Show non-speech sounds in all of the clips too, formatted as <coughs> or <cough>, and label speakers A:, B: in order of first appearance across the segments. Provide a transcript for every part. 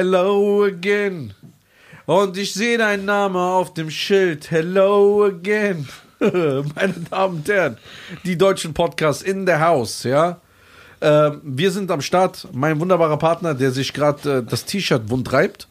A: Hello again. Und ich sehe deinen Namen auf dem Schild. Hello again. <laughs> Meine Damen und Herren, die deutschen Podcasts in der House, ja. Ähm, wir sind am Start. Mein wunderbarer Partner, der sich gerade äh, das T-Shirt wund reibt,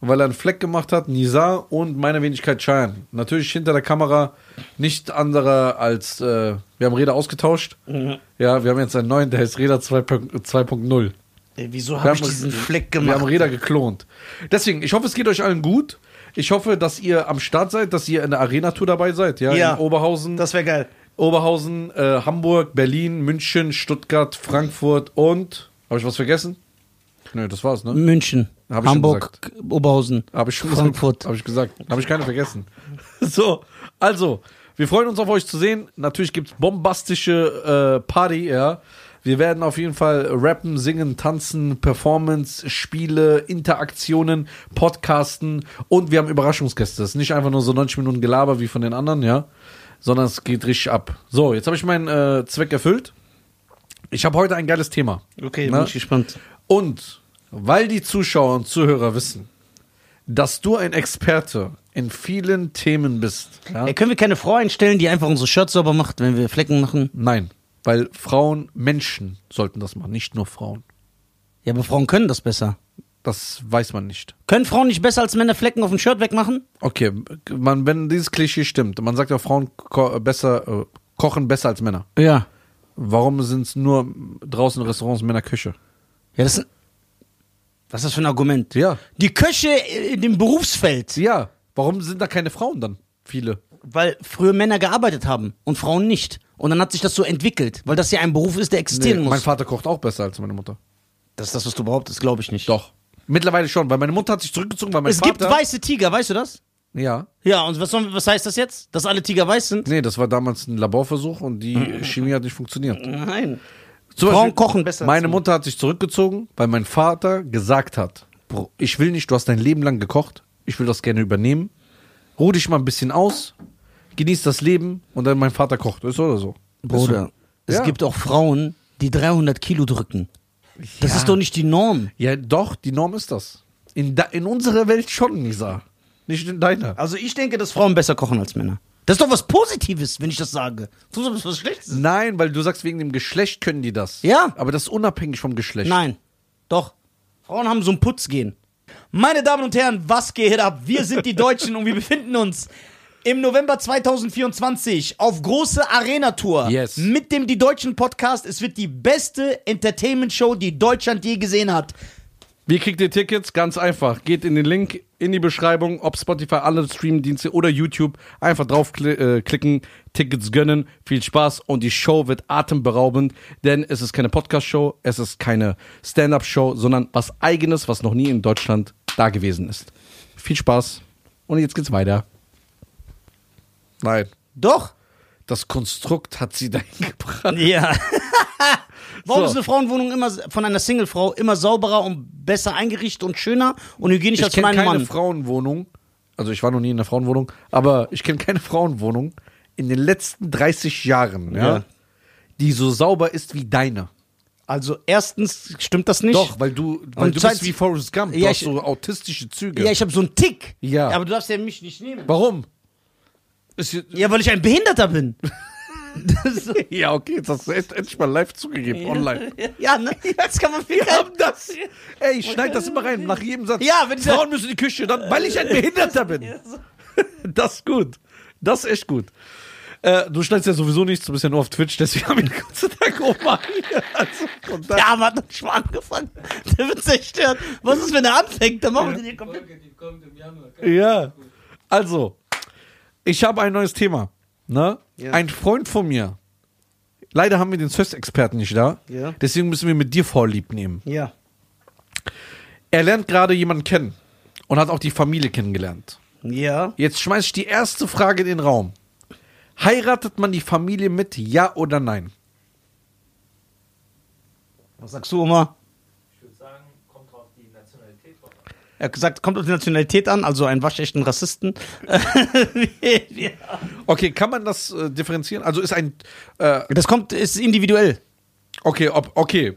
A: weil er einen Fleck gemacht hat, Nizar und meine Wenigkeit Cheyenne. Natürlich hinter der Kamera nicht anderer als, äh, wir haben Räder ausgetauscht. Ja, wir haben jetzt einen neuen, der heißt Räder 2.0.
B: Ey, wieso
A: Wir
B: habe ich
A: haben-
B: diesen Fleck
A: Wir haben
B: gemacht?
A: Räder geklont. Deswegen, ich hoffe, es geht euch allen gut. Ich hoffe, dass ihr am Start seid, dass ihr in der Arena-Tour dabei seid. Ja,
B: Ja.
A: in Oberhausen,
B: Das wäre geil.
A: Oberhausen äh, Hamburg, Berlin, München, Stuttgart, Frankfurt und. Habe ich was vergessen? Nö, das war's, ne?
C: München,
A: Hab ich schon
C: Hamburg, Oberhausen,
A: Habe ich schon
C: Frankfurt.
A: Habe ich gesagt. Habe ich keine vergessen. <laughs> So, also, wir freuen uns auf euch zu sehen. Natürlich gibt's bombastische äh, Party, ja. Wir werden auf jeden Fall rappen, singen, tanzen, Performance, Spiele, Interaktionen, Podcasten und wir haben Überraschungsgäste. Es ist nicht einfach nur so 90 Minuten Gelaber wie von den anderen, ja, sondern es geht richtig ab. So, jetzt habe ich meinen äh, Zweck erfüllt. Ich habe heute ein geiles Thema. Ne?
B: Okay,
A: Na?
B: bin
C: Bin ich gespannt.
A: Und weil die Zuschauer und Zuhörer wissen, dass du ein Experte in vielen Themen bist. Ja?
C: Ey, können wir keine Frau einstellen, die einfach unsere Shirts sauber macht, wenn wir Flecken machen?
A: Nein, weil Frauen, Menschen sollten das machen, nicht nur Frauen.
C: Ja, aber Frauen können das besser.
A: Das weiß man nicht.
C: Können Frauen nicht besser als Männer Flecken auf dem Shirt wegmachen?
A: Okay, man, wenn dieses Klischee stimmt, man sagt ja, Frauen ko besser, äh, kochen besser als Männer.
C: Ja.
A: Warum sind es nur draußen in Restaurants Männerküche?
C: Ja, das ist. Was ist das für ein Argument?
A: Ja.
C: Die Köche in dem Berufsfeld,
A: Ja, warum sind da keine Frauen dann? Viele.
C: weil früher Männer gearbeitet haben und Frauen nicht. Und dann hat sich das so entwickelt, weil das ja ein Beruf ist, der existieren
A: mein
C: muss.
A: Vater kocht auch besser als meine Mutter.
C: Das ist das, was du behauptest, glaube ich nicht.
A: Doch. Mittlerweile schon, weil meine Mutter hat sich zurückgezogen, weil mein
C: Es
A: Vater.
C: gibt weiße Tiger, weißt du das?
A: Ja.
C: Ja, und was, sollen, was heißt das jetzt? Dass alle Tiger weiß sind?
A: Nee, das war damals ein Laborversuch und
C: Mhm.
A: die Chemie hat nicht funktioniert.
C: Nein.
A: Zum
C: Frauen Mhm. kochen besser als
A: Meine
C: Männer.
A: Mutter hat sich zurückgezogen, weil mein Vater gesagt hat: Bro, ich will nicht, du hast dein Leben lang gekocht, ich will das gerne übernehmen. Ruh dich mal ein bisschen aus, genieß das Leben und dann mein Vater kocht. Ist so oder so.
C: Bruder, es
A: Ja.
C: gibt auch Frauen, die 300 Kilo drücken. Das ist doch nicht die Norm.
A: Ja, doch, die Norm ist das. In, da, in unserer Welt schon, Nisa. Nicht in deiner.
C: Also ich denke, dass Frauen besser kochen als Männer. Das ist doch was Positives, wenn ich das sage. Du sagst was Schlechtes. ist.
A: Nein, weil du sagst, wegen dem Geschlecht können die das.
C: Ja.
A: Aber das ist unabhängig vom Geschlecht.
C: Nein, doch. Frauen haben so ein Putzgehen.
B: Meine Damen und Herren, was geht ab? Wir sind die Deutschen und wir befinden uns im November 2024 auf große Arena-Tour
A: Yes.
B: mit dem Die Deutschen Podcast. Es wird die beste Entertainment-Show, die Deutschland je gesehen hat.
A: Wie kriegt ihr Tickets? Ganz einfach. Geht in den Link in die Beschreibung, ob Spotify, alle Streamdienste oder YouTube. Einfach draufklicken, Tickets gönnen. Viel Spaß und die Show wird atemberaubend, denn es ist keine Podcast-Show, es ist keine Stand-Up-Show, sondern was Eigenes, was noch nie in Deutschland da gewesen ist. Viel Spaß und jetzt geht's weiter. Nein,
C: Doch.
A: das Konstrukt hat <laughs> sie dahin gebracht. <laughs>
C: Ja. Warum
A: So.
C: ist eine Frauenwohnung immer von einer Singlefrau immer sauberer und besser eingerichtet und schöner und
A: Ich
C: hygienischer als von
A: kenne
C: einem
A: keine
C: Mann?
A: Frauenwohnung, also ich war noch nie in einer Frauenwohnung, aber ich kenne keine Frauenwohnung in den letzten 30 Jahren, ja,
C: Ja.
A: die so sauber ist wie deine.
C: Also erstens stimmt das nicht.
A: Doch, weil du, weil
C: Und
A: du bist
C: zweitens-
A: wie Forrest Gump, du
C: Ja,
A: hast
C: ich-
A: so autistische Züge.
C: Ja, ich habe so einen Tick.
A: Ja.
C: Aber du darfst ja mich nicht nehmen.
A: Warum? Ist hier-
C: Ja, weil ich ein Behinderter bin. Das-
A: <laughs> ja, okay, jetzt hast du echt, endlich mal live zugegeben, online.
C: ja, ne? Das kann man viel haben. Das.
A: Ey, ich schneid das immer rein, nach jedem Satz.
C: Ja, wenn ich-
A: Frauen müssen in die Küche, dann, weil ich ein Behinderter bin. <laughs> Das ist gut. Das ist echt gut. Äh, du schneidest ja sowieso nichts, du bist ja nur auf Twitch, deswegen haben wir den ganzen Tag Oma hier. Also, von daher-
C: Ja, man hat doch schon mal angefangen. Der wird zerstört. Was ist, wenn er anfängt? Dann machen wir den komplett.
A: ja. Also, ich habe ein neues Thema. Ne? Ein Freund von mir. Leider haben wir den Zwist-Experten nicht da.
C: Ja.
A: Deswegen müssen wir mit dir vorlieb nehmen.
C: Ja.
A: Er lernt gerade jemanden kennen und hat auch die Familie kennengelernt.
C: Ja.
A: Jetzt schmeiß ich die erste Frage in den Raum. Heiratet man die Familie mit, ja oder nein?
C: Was sagst du, Oma?
D: Ich würde sagen, kommt drauf die Nationalität drauf an.
C: Er hat gesagt, kommt auf die Nationalität an, also einen waschechten Rassisten. <laughs>
A: Okay, kann man das äh, differenzieren? Also ist ein. Äh,
C: das kommt, ist individuell.
A: okay, ob, okay.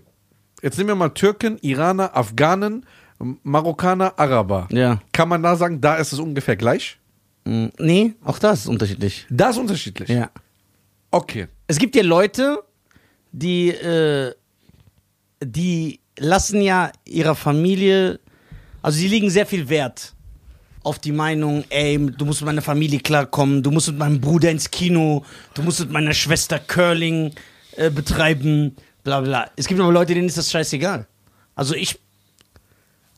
A: Jetzt nehmen wir mal Türken, Iraner, Afghanen, Marokkaner, Araber.
C: Ja.
A: Kann man da sagen, da ist es ungefähr gleich?
C: Hm, Nee, auch das ist unterschiedlich.
A: Da ist unterschiedlich.
C: Ja.
A: Okay.
C: Es gibt ja Leute, die, äh, die lassen ja ihrer Familie, also sie legen sehr viel Wert auf die Meinung, ey, du musst mit meiner Familie klarkommen, du musst mit meinem Bruder ins Kino, du musst mit meiner Schwester Curling äh, betreiben, bla bla. Es gibt aber Leute, denen ist das scheißegal. Also ich,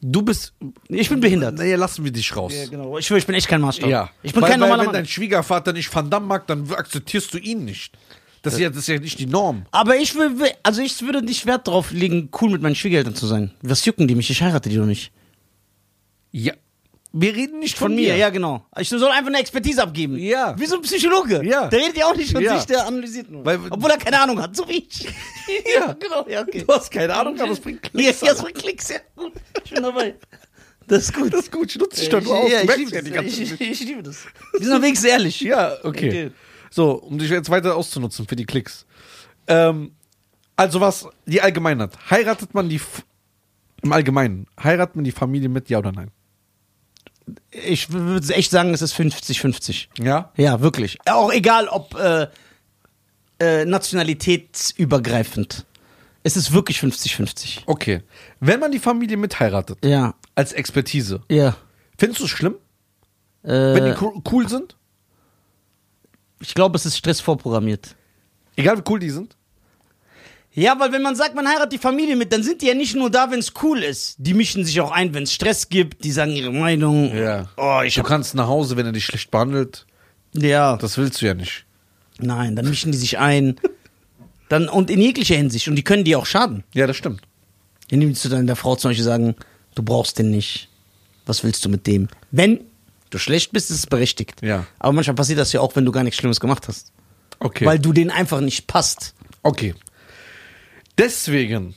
A: Du bist.
C: ich bin behindert.
A: Naja, lassen wir dich raus.
C: Ja, genau. Ich schwöre, ich bin echt kein Maßstab.
A: Ja.
C: Ich bin
A: weil,
C: kein
A: weil,
C: normaler
A: Wenn dein
C: Mann.
A: Schwiegervater nicht Van Damme mag, dann akzeptierst du ihn nicht. Das ist ja, das ist ja nicht die Norm.
C: Aber ich will, will- also ich würde nicht Wert drauf legen, cool mit meinen Schwiegereltern zu sein. Was jucken die mich? Ich heirate die doch nicht.
A: Ja. Wir reden nicht
C: Von mir, ja, genau. Ich soll einfach eine Expertise abgeben.
A: Ja.
C: Wie so ein Psychologe.
A: Ja.
C: Der redet ja auch nicht von
A: Ja.
C: sich, der analysiert nur.
A: Weil-
C: Obwohl er keine Ahnung hat, so wie ich.
A: Ja.
C: genau, <laughs> ja, okay.
A: Du hast keine Ahnung, aber es bringt
C: Ja,
A: Klicks.
C: ja, so ein Klicks, ja. Gut, Ich bin dabei. Das ist gut.
A: Das ist gut, ich nutze dich dann nur aus. du
C: ja, ich
A: merkst
C: liebe
A: ja die
C: das.
A: ganze
C: Ich, ich, ich liebe das. Wir sind wenigstens ehrlich.
A: Ja, okay.
C: Okay.
A: So, um dich jetzt weiter auszunutzen für die Klicks. Ähm, also was die Allgemeinheit. Heiratet man die F im Allgemeinen, heiratet man die Familie mit, ja oder nein?
C: Ich würde echt sagen, es ist 50-50.
A: Ja?
C: Ja, wirklich. Auch egal, ob äh, äh, nationalitätsübergreifend. Es ist wirklich 50-50.
A: Okay. Wenn man die Familie mit heiratet,
C: Ja,
A: als Expertise,
C: ja.
A: findest du es schlimm, wenn
C: Äh,
A: die cool- cool sind?
C: ich glaube, es ist Stress vorprogrammiert.
A: Egal wie cool die sind?
C: Ja, weil wenn man sagt, man heiratet die Familie mit, dann sind die ja nicht nur da, wenn es cool ist. Die mischen sich auch ein, wenn es Stress gibt. Die sagen ihre Meinung. Oh, ich
A: du
C: hab,
A: kannst nach Hause, wenn er dich schlecht behandelt.
C: ja.
A: Das willst du ja nicht.
C: Nein, dann mischen die sich ein. Dann, und in jeglicher Hinsicht. Und die können dir auch schaden.
A: Ja, das stimmt.
C: Indem die zu deiner Frau zum Beispiel sagen, du brauchst den nicht. Was willst du mit dem? Wenn du schlecht bist, ist es berechtigt.
A: Ja.
C: Aber manchmal passiert das ja auch, wenn du gar nichts Schlimmes gemacht hast.
A: Okay.
C: Weil du denen einfach nicht passt.
A: Okay. Deswegen,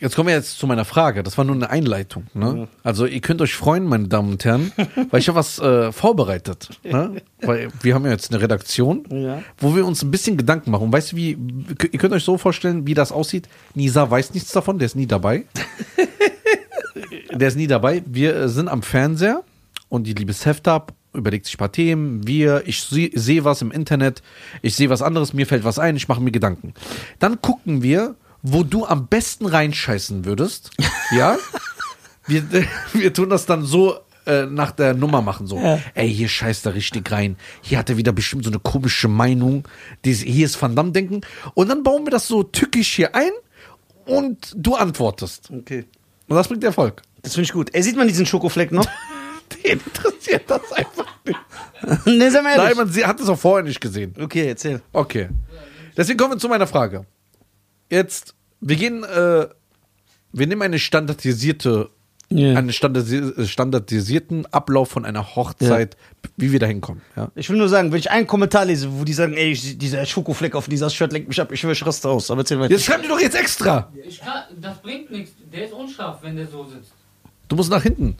A: jetzt kommen wir jetzt zu meiner Frage. Das war nur eine Einleitung. Ne? Also ihr könnt euch freuen, meine Damen und Herren, weil ich habe was äh, vorbereitet. Ne? Weil wir haben ja jetzt eine Redaktion,
C: Ja.
A: wo wir uns ein bisschen Gedanken machen. Weißt du, wie, ihr könnt euch so vorstellen, wie das aussieht. Nisa weiß nichts davon, der ist nie dabei. der ist nie dabei. Wir äh, sind am Fernseher und die liebe Seftab überlegt sich ein paar Themen. Wir, ich sehe seh was im Internet, ich sehe was anderes, mir fällt was ein, ich mache mir Gedanken. Dann gucken wir, wo du am besten reinscheißen würdest. Ja? wir, <laughs> wir tun das dann so äh, nach der Nummer machen so. Ey, hier scheißt er richtig rein. Hier hat er wieder bestimmt so eine komische Meinung. Dies, hier ist Van Damme denken. Und dann bauen wir das so tückisch hier ein und du antwortest.
C: Okay.
A: Und das bringt Erfolg.
C: Das finde ich gut. Ey, sieht man diesen Schokofleck noch?
A: Den interessiert das einfach nicht.
C: ne, sei mal ehrlich.
A: Nein, man sie- hat es auch vorher nicht gesehen.
C: Okay, erzähl.
A: Okay. Deswegen kommen wir zu meiner Frage. Jetzt, wir gehen, äh, wir nehmen eine standardisierte,
C: Ja.
A: einen standardisi- äh, standardisierten Ablauf von einer Hochzeit, wie wir da hinkommen. Ja?
C: Ich will nur sagen, wenn ich einen Kommentar lese, wo die sagen, ey, ich- dieser Schokofleck auf dieser Shirt lenkt mich ab, ich schwöre, ich raste aus. Aber erzähl weiter.
A: Jetzt schreib dir doch jetzt extra.
D: Ich kann, das bringt nichts. Der ist unscharf, wenn der so sitzt.
A: Du musst nach hinten.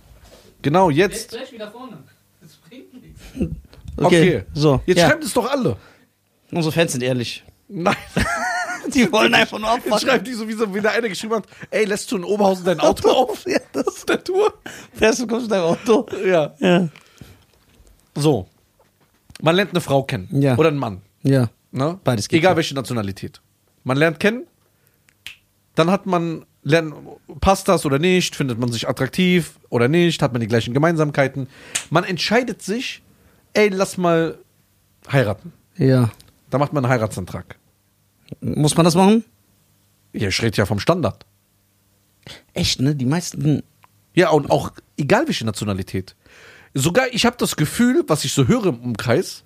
A: Genau,
D: Der
A: jetzt.
D: ist gleich wieder vorne. Das bringt nichts.
A: Okay.
C: So,
A: Jetzt
C: ja.
A: schreibt es doch alle.
C: Unsere Fans sind ehrlich.
A: Nein. <laughs>
C: Die wollen einfach nur
A: Jetzt
C: abfassen.
A: schreibt die sowieso, wie der eine geschrieben hat, ey, lässt du in Oberhausen dein Auto auf? Ja, das ist der Tour.
C: Fährst du, kommst du dein Auto?
A: Ja.
C: Ja.
A: So. Man lernt eine Frau kennen.
C: Ja.
A: Oder einen Mann.
C: Ja.
A: Ne?
C: Beides geht
A: Egal
C: ja.
A: welche Nationalität. Man lernt kennen, dann hat man, lernt, passt das oder nicht, findet man sich attraktiv oder nicht, hat man die gleichen Gemeinsamkeiten. Man entscheidet sich, ey, lass mal heiraten.
C: Ja.
A: Da macht man einen Heiratsantrag.
C: Muss man das machen?
A: Ja, ich rede ja vom Standard.
C: Echt, ne? Die meisten.
A: Ja, und auch egal welche Nationalität. Sogar ich habe das Gefühl, was ich so höre im Umkreis,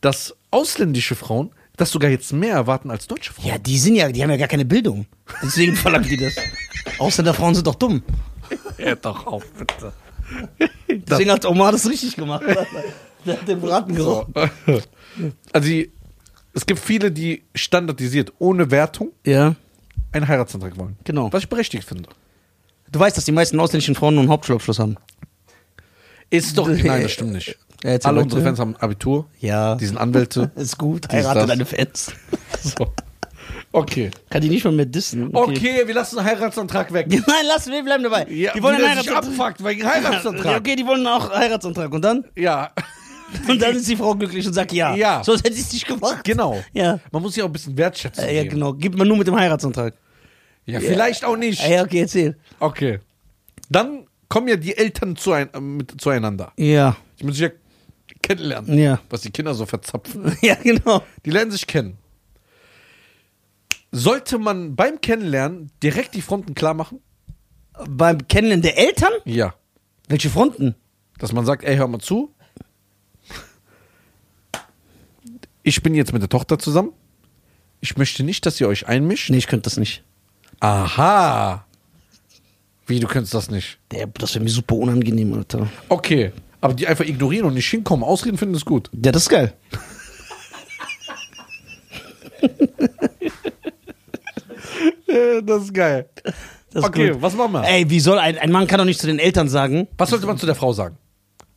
A: dass ausländische Frauen das sogar jetzt mehr erwarten als deutsche Frauen.
C: Ja, die sind ja, die haben ja gar keine Bildung. Deswegen verlangen die das. Ausländerfrauen sind doch dumm.
A: Ja, doch auf, bitte.
C: Deswegen hat Omar das richtig gemacht. <laughs> Der hat den Braten gerochen.
A: <laughs> Also, die, es gibt viele, die standardisiert ohne Wertung
C: Ja.
A: einen Heiratsantrag wollen.
C: Genau.
A: Was ich berechtigt finde.
C: Du weißt, dass die meisten ausländischen Frauen nur einen Hauptschulabschluss haben.
A: Ist doch. Nein, das stimmt nicht.
C: Ja, Äh, erzähl
A: Alle
C: weiter.
A: unsere Fans haben Abitur.
C: Ja. <laughs>
A: Die sind Anwälte.
C: Ist gut.
A: Dies,
C: Heirate
A: das.
C: deine Fans.
A: so. Okay.
C: Kann die nicht mal mehr dissen.
A: okay. wir lassen den Heiratsantrag weg.
C: <laughs> Nein, lass, wir bleiben dabei.
A: Ja,
C: die wollen
A: wie
C: einen
A: der sich
C: Heiratsantrag.
A: abfuckt wegen Heiratsantrag.
C: Ja, okay, die wollen auch einen Heiratsantrag. Und dann?
A: Ja,
C: <laughs> Und dann ist die Frau glücklich und sagt ja.
A: Ja.
C: Sonst hätte sie es nicht gemacht.
A: genau.
C: Ja.
A: Man muss sich auch ein bisschen wertschätzen.
C: Äh, Ja,
A: geben.
C: genau. Gibt man nur mit dem Heiratsantrag.
A: ja vielleicht auch nicht.
C: Ah, Ja, okay, erzähl.
A: Okay. Dann kommen ja die Eltern zuein äh, mit, zueinander.
C: Ja.
A: Die müssen sich ja kennenlernen.
C: Ja.
A: Was die Kinder so verzapfen.
C: <laughs> Ja, genau.
A: Die lernen sich kennen. Sollte man beim Kennenlernen direkt die Fronten klar machen?
C: Beim Kennenlernen der Eltern?
A: Ja.
C: Welche Fronten?
A: Dass man sagt, ey, hör mal zu. Ich bin jetzt mit der Tochter zusammen. Ich möchte nicht, dass ihr euch einmischt.
C: Nee, ich könnte das nicht.
A: Aha. Wie, du könntest das nicht?
C: Ja, das wäre mir super unangenehm, Alter.
A: Okay. Aber die einfach ignorieren und nicht hinkommen. Ausreden finden ist gut.
C: Ja, das ist geil. Äh,
A: Das ist geil.
C: Das ist
A: Okay,
C: gut.
A: was machen wir?
C: Ey, wie soll ein, ein Mann kann doch nicht zu den Eltern sagen,
A: Was sollte man zu der Frau sagen?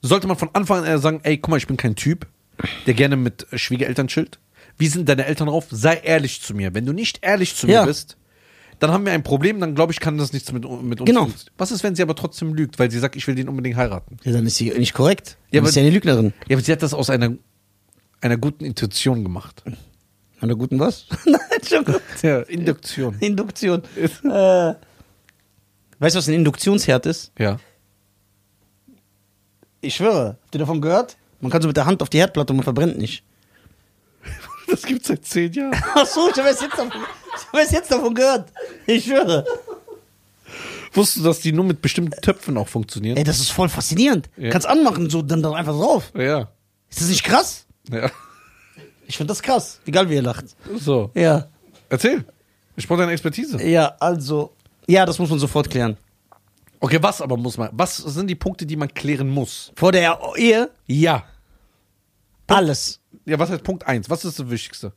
A: Sollte man von Anfang an eher sagen, ey, guck mal, ich bin kein Typ, der gerne mit äh, Schwiegereltern chillt? Wie sind deine Eltern drauf? Sei ehrlich zu mir. Wenn du nicht ehrlich zu
C: Ja.
A: mir bist, dann haben wir ein Problem, dann glaube ich, kann das nichts mit, mit uns.
C: Genau.
A: Was ist, wenn sie aber trotzdem lügt, weil sie sagt, ich will den unbedingt heiraten?
C: ja, dann ist sie nicht korrekt. Dann
A: Ja, aber-
C: ist sie eine Lügnerin.
A: Ja, aber sie hat das aus einer, einer guten Intuition gemacht.
C: An der guten was? <laughs> Nein, schon gut.
A: Ja, Induktion.
C: Induktion. äh, weißt du, was ein Induktionsherd ist?
A: Ja.
C: Ich schwöre. Habt ihr davon gehört? Man kann so mit der Hand auf die Herdplatte und man verbrennt nicht.
A: Das gibt's seit zehn Jahren.
C: Achso, ich habe erst, jetzt davon- ich hab erst jetzt davon gehört. Ich schwöre.
A: Wusstest du, dass die nur mit bestimmten Töpfen auch funktionieren?
C: Ey, das ist voll faszinierend.
A: Ja.
C: Kannst anmachen, so dann, dann einfach drauf.
A: Ja.
C: Ist das nicht krass?
A: Ja.
C: Ich finde das krass. Egal wie ihr lacht.
A: So.
C: Ja.
A: Erzähl. Ich brauche deine Expertise.
C: Ja, also. Ja, das muss man sofort klären.
A: Okay, was aber muss man? Was sind die Punkte, die man klären muss?
C: Vor der Ehe
A: Ja.
C: alles.
A: Ja, was heißt Punkt 1? Was ist das Wichtigste?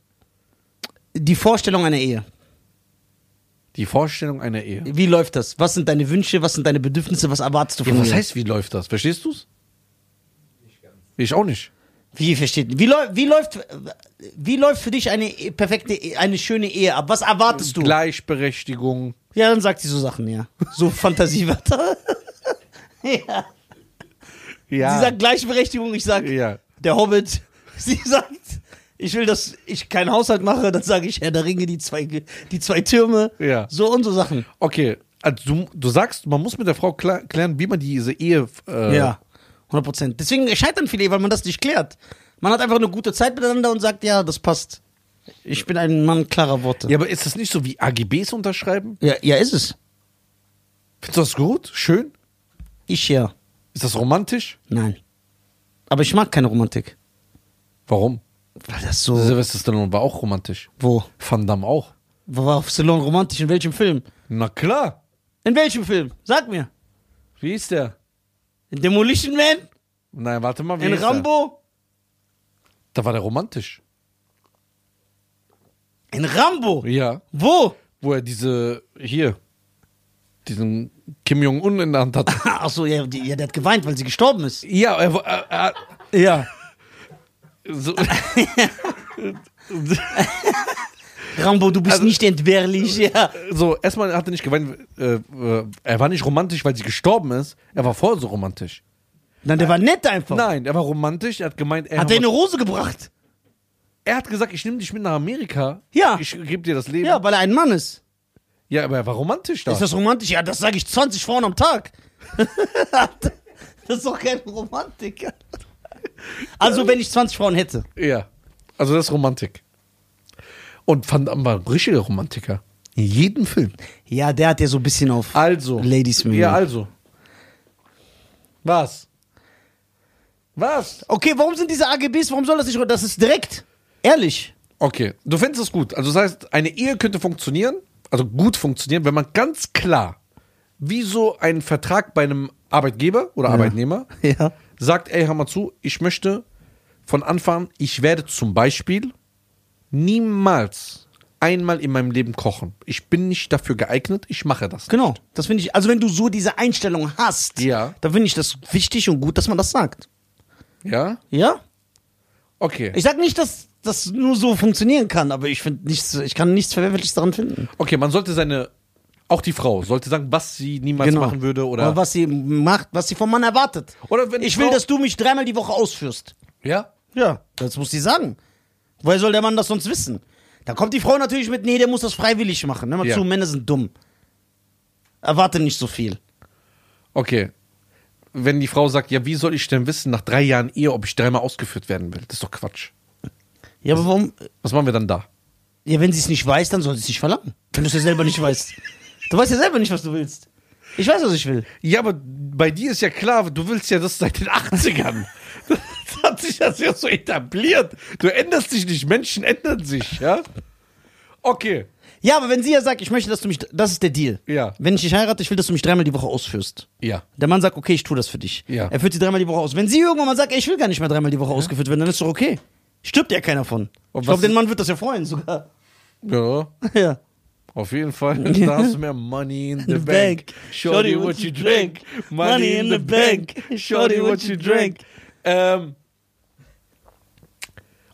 C: Die Vorstellung einer Ehe.
A: Die Vorstellung einer Ehe.
C: Wie läuft das? Was sind deine Wünsche? Was sind deine Bedürfnisse? Was erwartest du von
A: Ja, was
C: mir?
A: heißt, wie läuft das? Verstehst du's? Ich auch nicht.
C: Wie versteht? Wie, läu- wie läuft? Wie läuft für dich eine e- perfekte, e- eine schöne Ehe ab? Was erwartest du?
A: Gleichberechtigung.
C: Ja, dann sagt sie so Sachen, ja.
A: <laughs>
C: So Fantasiewörter. <laughs> ja.
A: Ja.
C: Sie sagt Gleichberechtigung. Ich sag
A: ja.
C: der Hobbit. <laughs> Sie sagt, ich will, dass ich keinen Haushalt mache. Dann sage ich Herr der Ringe, die zwei, die zwei Türme.
A: Ja.
C: So und so Sachen.
A: Okay, also du, du sagst, man muss mit der Frau kla- klären, wie man diese Ehe. Äh,
C: Ja, 100 Prozent. Deswegen scheitern viele, weil man das nicht klärt. Man hat einfach eine gute Zeit miteinander und sagt, ja, das passt. Ich bin ein Mann klarer Worte.
A: Ja, aber ist das nicht so wie AGBs unterschreiben?
C: ja, ja, ist es.
A: Findest du das gut? Schön?
C: Ich ja.
A: Ist das romantisch?
C: Nein. Aber ich mag keine Romantik.
A: Warum?
C: Weil das so.
A: Sylvester Stallone war auch romantisch.
C: Wo?
A: Van Damme auch.
C: Wo war Stallone romantisch? In welchem Film?
A: Na klar.
C: In welchem Film? Sag mir.
A: Wie ist der?
C: In Demolition Man?
A: Nein, warte mal. wie
C: In
A: hieß er?
C: Rambo?
A: Da war der romantisch.
C: In Rambo?
A: Ja.
C: Wo?
A: Wo er diese, hier, diesen Kim Jong-un in der Hand hatte.
C: Achso, ja, die, ja, der hat geweint, weil sie gestorben
A: <laughs>
C: ist.
A: ja, er, äh, er,
C: Ja.
A: er so, <laughs>
C: Rambo, du bist
A: Also
C: nicht
A: <laughs>
C: entbehrlich. Ja.
A: so, erstmal hat er nicht geweint, äh, äh, er war nicht romantisch, weil sie gestorben ist, er war vorher so romantisch.
C: Nein, der war nett einfach.
A: Nein, er war romantisch, er hat gemeint, er,
C: Hat er eine Rose gebracht?
A: er hat gesagt, ich nehme dich mit nach Amerika.
C: Ja.
A: Ich gebe dir das Leben.
C: Ja,
A: Ja.
C: weil er ein Mann ist.
A: aber er war romantisch da.
C: Ist das romantisch? Ja, das sage ich 20 Frauen am Tag. <laughs> das ist doch keine Romantik. Also, wenn ich 20 Frauen hätte.
A: ja. Also das ist Romantik. Und Van Damme war ein richtiger Romantiker. In jedem Film.
C: Ja, der hat ja so ein bisschen auf.
A: Also.
C: Ladies man.
A: Ja, also. Was? Was?
C: Okay, warum sind diese AGBs, warum soll das nicht? Das ist direkt. Ehrlich.
A: Okay, du findest es gut. Also das heißt, eine Ehe könnte funktionieren, also gut funktionieren, wenn man ganz klar, wie so ein Vertrag bei einem Arbeitgeber oder Arbeitnehmer,
C: Ja.
A: sagt, ey, hör mal zu, ich möchte von Anfang an, ich werde zum Beispiel niemals einmal in meinem Leben kochen. Ich bin nicht dafür geeignet, ich mache das.
C: Genau. Das finde ich. Also, wenn du so diese Einstellung hast,
A: Ja.
C: dann finde ich das wichtig und gut, dass man das sagt.
A: Ja?
C: Ja?
A: Okay.
C: Ich sag nicht, dass das nur so funktionieren kann, aber ich finde nichts, ich kann nichts Verwerfliches daran finden.
A: Okay, man sollte seine, auch die Frau, sollte sagen, was sie niemals machen würde oder.
C: Oder Genau. was sie macht, was sie vom Mann erwartet.
A: Oder wenn die
C: ich will,
A: Frau-
C: dass du mich dreimal die Woche ausführst.
A: Ja?
C: Ja, das muss sie sagen. Woher soll der Mann das sonst wissen? Da kommt die Frau natürlich mit, nee, der muss das freiwillig machen. Ne? Mal
A: Ja.
C: zu, Männer sind dumm. Erwarte nicht so viel.
A: Okay. Wenn die Frau sagt, ja, wie soll ich denn wissen, nach drei Jahren Ehe, ob ich dreimal ausgeführt werden will? Das ist doch Quatsch.
C: Ja, aber warum?
A: Was machen wir dann da?
C: Ja, wenn sie es nicht weiß, dann soll sie es nicht verlangen. Wenn du es ja selber nicht weißt. Du weißt ja selber nicht, was du willst. Ich weiß, was ich will.
A: Ja, aber bei dir ist ja klar, du willst ja das seit den <laughs> 80ern. Das hat sich das ja so etabliert. Du änderst dich nicht, Menschen ändern sich, ja? Okay.
C: Ja, aber wenn sie ja sagt, ich möchte, dass du mich, das ist der Deal.
A: Ja.
C: Wenn ich dich heirate, ich will, dass du mich dreimal die Woche ausführst.
A: Ja.
C: Der Mann sagt, okay, ich tue das für dich.
A: Ja.
C: Er führt sie dreimal die Woche aus. Wenn sie irgendwann mal sagt, ey, ich will gar nicht mehr dreimal die Woche ausgeführt werden, dann ist doch okay. Stirbt ja keiner von.
A: Und
C: ich
A: was
C: glaube, den
A: ist-
C: Mann wird das ja freuen sogar. <laughs>
A: Ja,
C: ja.
A: auf jeden Fall. <laughs> Da hast du mehr Money in the Bank. Show you what you drink. Money in the Bank. Show you what you drink. Ähm.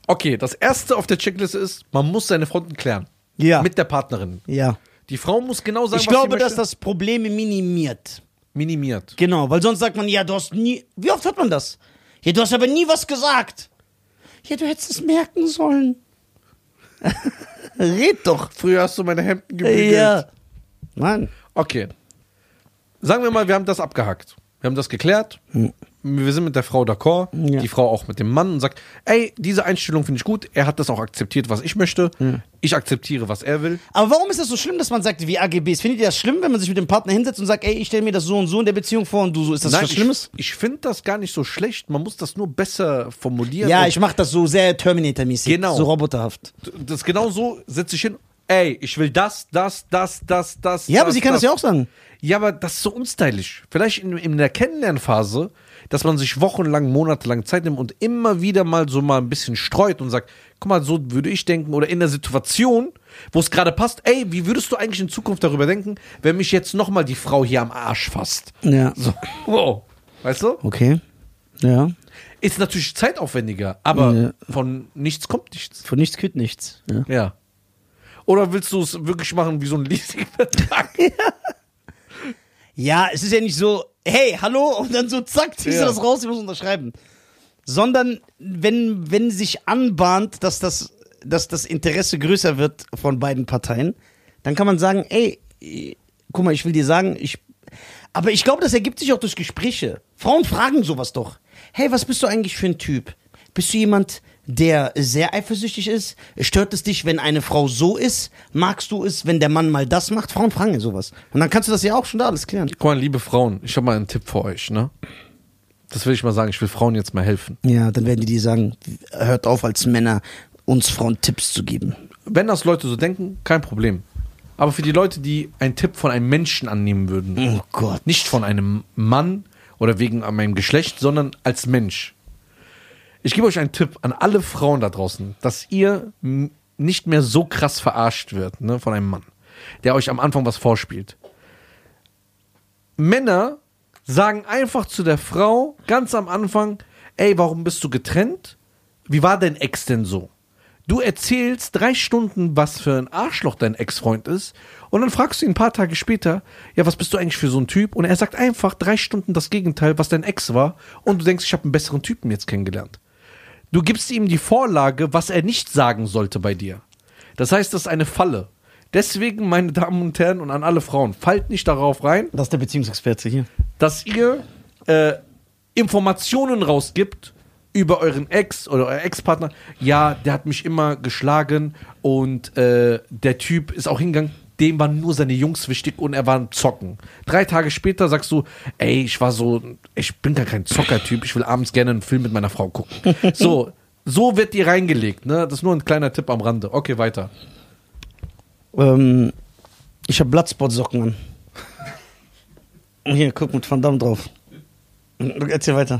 A: Okay, das erste auf der Checkliste ist, man muss seine Fronten klären.
C: Ja.
A: Mit der Partnerin.
C: ja.
A: Die Frau muss genau sagen,
C: Ich
A: was
C: glaube,
A: sie
C: dass
A: möchte.
C: das Probleme minimiert.
A: minimiert.
C: Genau, weil sonst sagt man, ja, du hast nie. Wie oft hört man das? Ja, du hast aber nie was gesagt. Ja, du hättest es merken sollen. <laughs> Red doch.
A: Früher hast du meine Hemden gebügelt.
C: Ja. Mann.
A: Okay. Sagen wir mal, wir haben das abgehakt. Wir haben das geklärt. Wir sind mit der Frau d'accord,
C: Hm. Ja.
A: die Frau auch mit dem Mann und sagt, ey, diese Einstellung finde ich gut, er hat das auch akzeptiert, was ich möchte, ich akzeptiere, was er will.
C: Aber warum Hm. ist das so schlimm, dass man sagt, wie AGBs? Findet ihr das schlimm, wenn man sich mit dem Partner hinsetzt und sagt, ey, ich stelle mir das so und so in der Beziehung vor und du so? Ist das was Schlimmes?
A: ich, ich finde das gar nicht so schlecht, man muss das nur besser formulieren.
C: Ja,
A: und
C: ich mache das so sehr Terminator-mäßig.
A: Genau.
C: So roboterhaft.
A: Das genau so setze ich hin, ey, ich will das, das, das, das, das.
C: Ja, aber
A: das,
C: sie kann das ja auch sagen.
A: Ja, aber das ist so unstylisch. Vielleicht in, in der Kennenlernphase, dass man sich wochenlang, monatelang Zeit nimmt und immer wieder mal so mal ein bisschen streut und sagt, guck mal, so würde ich denken oder in der Situation, wo es gerade passt, ey, wie würdest du eigentlich in Zukunft darüber denken, wenn mich jetzt nochmal die Frau hier am Arsch fasst?
C: Ja.
A: So, <laughs> wow. Weißt du?
C: Okay. Ja.
A: Ist natürlich zeitaufwendiger, aber
C: Ja.
A: von nichts kommt nichts.
C: Von nichts kühlt nichts. Ja.
A: Ja. Oder willst du es wirklich machen wie so ein
C: <laughs>
A: Leasingvertrag?
C: Ja, es ist ja nicht so, hey, hallo, und dann so zack, ziehst
A: Ja.
C: du das raus, ich muss unterschreiben. Sondern wenn, wenn sich anbahnt, dass das, dass das Interesse größer wird von beiden Parteien, dann kann man sagen, ey, eh, guck mal, ich will dir sagen, ich. Aber ich glaube, das ergibt sich auch durch Gespräche. Frauen fragen sowas doch. Hey, was bist du eigentlich für ein Typ? Bist du jemand, der sehr eifersüchtig ist? Stört es dich, wenn eine Frau so ist? Magst du es, wenn der Mann mal das macht? Frauen fragen ja sowas. Und dann kannst du das ja auch schon da alles klären.
A: Guck mal, liebe Frauen, ich habe mal einen Tipp für euch, ne? Das will ich mal sagen, ich will Frauen jetzt mal helfen.
C: Ja, dann werden die dir sagen, hört auf als Männer, uns Frauen Tipps zu geben.
A: Wenn das Leute so denken, kein Problem. Aber für die Leute, die einen Tipp von einem Menschen annehmen würden,
C: Oh Gott.
A: nicht von einem Mann oder wegen meinem Geschlecht, sondern als Mensch. Ich gebe euch einen Tipp an alle Frauen da draußen, dass ihr m- nicht mehr so krass verarscht wird ne, von einem Mann, der euch am Anfang was vorspielt. Männer sagen einfach zu der Frau ganz am Anfang, ey, warum bist du getrennt? Wie war dein Ex denn so? Du erzählst drei Stunden, was für ein Arschloch dein Ex-Freund ist, und dann fragst du ihn ein paar Tage später, ja, was bist du eigentlich für so ein Typ? Und er sagt einfach drei Stunden das Gegenteil, was dein Ex war, und du denkst, ich habe einen besseren Typen jetzt kennengelernt. Du gibst ihm die Vorlage, was er nicht sagen sollte bei dir. Das heißt, das ist eine Falle. Deswegen, meine Damen und Herren und an alle Frauen, fallt nicht darauf rein,
C: Das ist der Beziehungsexperte hier.
A: dass ihr äh, Informationen rausgibt über euren Ex oder euer Ex-Partner. Ja, der hat mich immer geschlagen und äh, der Typ ist auch hingegangen. Dem waren nur seine Jungs wichtig und er war ein Zocken. Drei Tage später sagst du, ey, ich war so, ich bin gar kein Zockertyp, ich will abends gerne einen Film mit meiner Frau gucken. So, so wird ihr reingelegt, ne? Das ist nur ein kleiner Tipp am Rande. Okay, weiter.
C: Ähm, ich habe Blattspot-Socken an. Hier, guck mit Van Damme drauf. Erzähl weiter.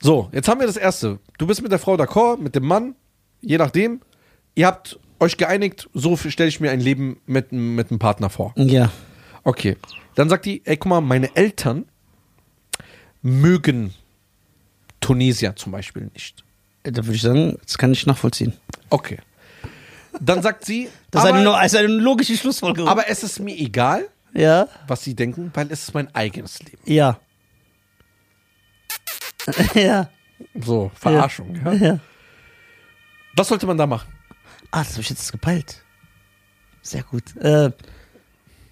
A: So, jetzt haben wir das erste. Du bist mit der Frau d'accord, mit dem Mann, je nachdem. Ihr habt euch geeinigt, so stelle ich mir ein Leben mit, mit einem Partner vor.
C: Ja.
A: Okay. Dann sagt die, ey, guck mal, meine Eltern mögen Tunesier zum Beispiel nicht.
C: Äh, Da würde ich sagen, das kann ich nachvollziehen.
A: Okay. Dann sagt sie,
C: <laughs> Das ist,
A: aber,
C: eine, no- ist eine logische Schlussfolgerung.
A: aber es ist mir egal,
C: ja,
A: was sie denken, weil es ist mein eigenes Leben.
C: ja. <laughs> ja.
A: So, Verarschung. Ja.
C: ja.
A: Was sollte man da machen?
C: Ah, das habe ich jetzt gepeilt. Sehr gut. Äh,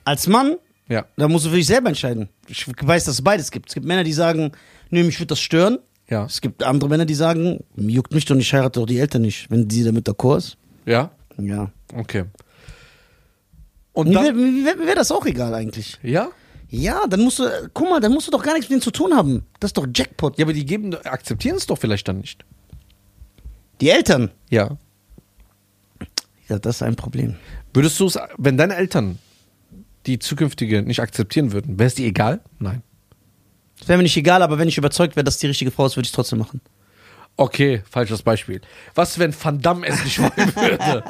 C: als Mann,
A: Ja,
C: da musst du für dich selber entscheiden. Ich weiß, dass es beides gibt. Es gibt Männer, die sagen, nö, mich wird das stören.
A: ja,
C: Es gibt andere Männer, die sagen, juckt mich doch nicht, heirate doch die Eltern nicht, wenn die damit d'accord ist.
A: ja,
C: Ja.
A: okay. Und
C: Mir wäre
A: dann,
C: wär, mir wär das auch egal eigentlich.
A: ja?
C: Ja, dann musst du, guck mal, dann musst du doch gar nichts mit denen zu tun haben. Das ist doch Jackpot.
A: Ja, aber die geben, akzeptieren es doch vielleicht dann nicht.
C: Die Eltern.
A: Ja.
C: Ja, das ist ein Problem.
A: Würdest du es, wenn deine Eltern die zukünftige nicht akzeptieren würden, wäre es dir egal? Nein.
C: Das wäre mir nicht egal, aber wenn ich überzeugt wäre, dass die richtige Frau ist, würde ich es trotzdem machen.
A: Okay, falsches Beispiel. Was, wenn Van Damme es nicht wollen würde?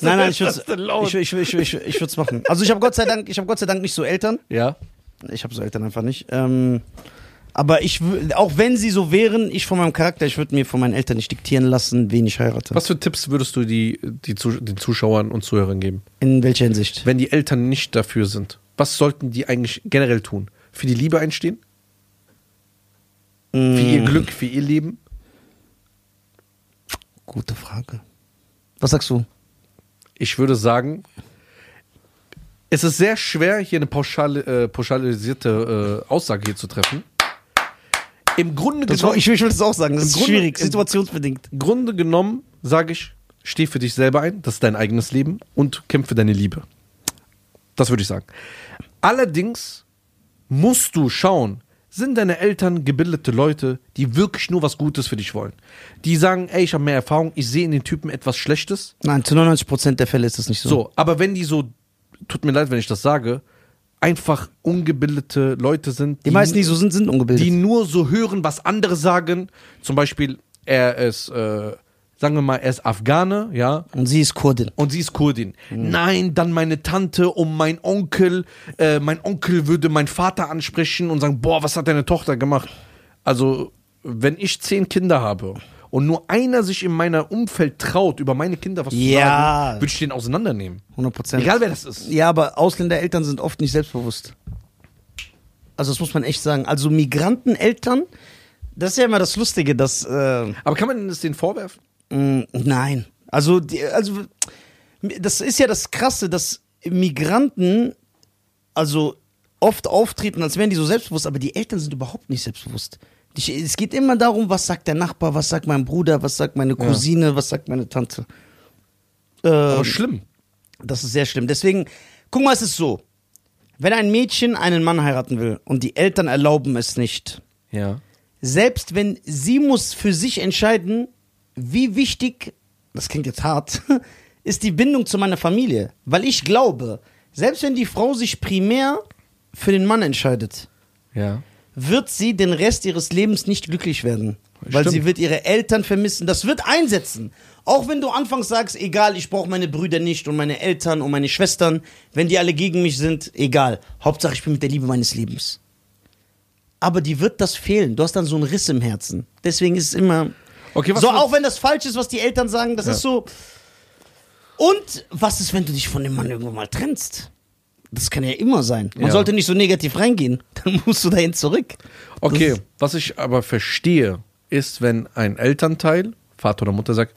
C: Nein, nein, ich würde
A: Stallone.
C: es ich, ich, ich, ich, würd's machen. Also ich habe Gott sei Dank, ich habe Gott sei Dank nicht so Eltern.
A: Ja,
C: Ich habe so Eltern einfach nicht. Ähm, aber ich, wü- auch wenn sie so wären, ich von meinem Charakter, ich würde mir von meinen Eltern nicht diktieren lassen, wen ich heirate.
A: Was für Tipps würdest du die, die Zus- den Zuschauern und Zuhörern geben,
C: In welcher Hinsicht?
A: wenn die Eltern nicht dafür sind? Was sollten die eigentlich generell tun? Für die Liebe einstehen? Für ihr Glück, für ihr Leben?
C: Gute Frage. Was sagst du?
A: Ich würde sagen, es ist sehr schwer, hier eine pauschale, äh, pauschalisierte äh, Aussage hier zu treffen. Im Grunde,
C: Das war,
A: genommen,
C: ich, ich will das auch sagen. Das
A: Im
C: ist
A: Grunde-
C: schwierig,
A: im-
C: situationsbedingt.
A: im Grunde genommen sage ich, steh für dich selber ein, das ist dein eigenes Leben und kämpfe deine Liebe. Das würde ich sagen. Allerdings musst du schauen, sind deine Eltern gebildete Leute, die wirklich nur was Gutes für dich wollen. Die sagen, ey, ich habe mehr Erfahrung, ich sehe in den Typen etwas Schlechtes.
C: Nein, zu 99% der Fälle ist das nicht so.
A: So, aber wenn die so, tut mir leid, wenn ich das sage, einfach ungebildete Leute sind,
C: Die meisten, die so sind, sind ungebildet.
A: die nur so hören, was andere sagen. Zum Beispiel, er ist, äh, sagen wir mal, er ist Afghane, ja,
C: Und sie ist Kurdin.
A: und sie ist Kurdin.
C: Mhm.
A: Nein, dann meine Tante und mein Onkel. Äh, mein Onkel würde meinen Vater ansprechen und sagen, boah, was hat deine Tochter gemacht? Also, wenn ich zehn Kinder habe und nur einer sich in meiner Umfeld traut, über meine Kinder was zu
C: Ja.
A: sagen, würde ich den auseinandernehmen.
C: 100%.
A: Egal wer das ist.
C: Ja, aber Ausländereltern sind oft nicht selbstbewusst. Also das muss man echt sagen. Also Migranteneltern, das ist ja immer das Lustige, dass... Äh,
A: Aber kann man das denen vorwerfen?
C: Mm, Nein. Also, die, also, das ist ja das Krasse, dass Migranten also oft auftreten, als wären die so selbstbewusst, aber die Eltern sind überhaupt nicht selbstbewusst. Die- Es geht immer darum, was sagt der Nachbar, was sagt mein Bruder, was sagt meine Cousine, was sagt meine Tante.
A: Aber
C: Ähm,
A: schlimm.
C: das ist sehr schlimm. Deswegen, guck mal, es ist so. Wenn ein Mädchen einen Mann heiraten will und die Eltern erlauben es nicht,
A: Ja.
C: selbst wenn sie muss für sich entscheiden, wie wichtig, das klingt jetzt hart, <laughs> ist die Bindung zu meiner Familie. Weil ich glaube, selbst wenn die Frau sich primär für den Mann entscheidet,
A: Ja.
C: wird sie den Rest ihres Lebens nicht glücklich werden. Weil
A: Stimmt.
C: sie wird ihre Eltern vermissen. Das wird einsetzen. Auch wenn du anfangs sagst, egal, ich brauche meine Brüder nicht und meine Eltern und meine Schwestern, wenn die alle gegen mich sind, egal. Hauptsache, ich bin mit der Liebe meines Lebens. Aber die wird das fehlen. Du hast dann so einen Riss im Herzen. Deswegen ist es immer.
A: Okay, was
C: so,
A: für-
C: auch wenn das falsch ist, was die Eltern sagen, das
A: Ja.
C: ist so. Und was ist, wenn du dich von dem Mann irgendwann mal trennst? Das kann ja immer sein. Man
A: Ja.
C: sollte nicht so negativ reingehen. <laughs> Dann musst du dahin zurück.
A: Okay,
C: Das-
A: was ich aber verstehe, ist, wenn ein Elternteil, Vater oder Mutter, sagt: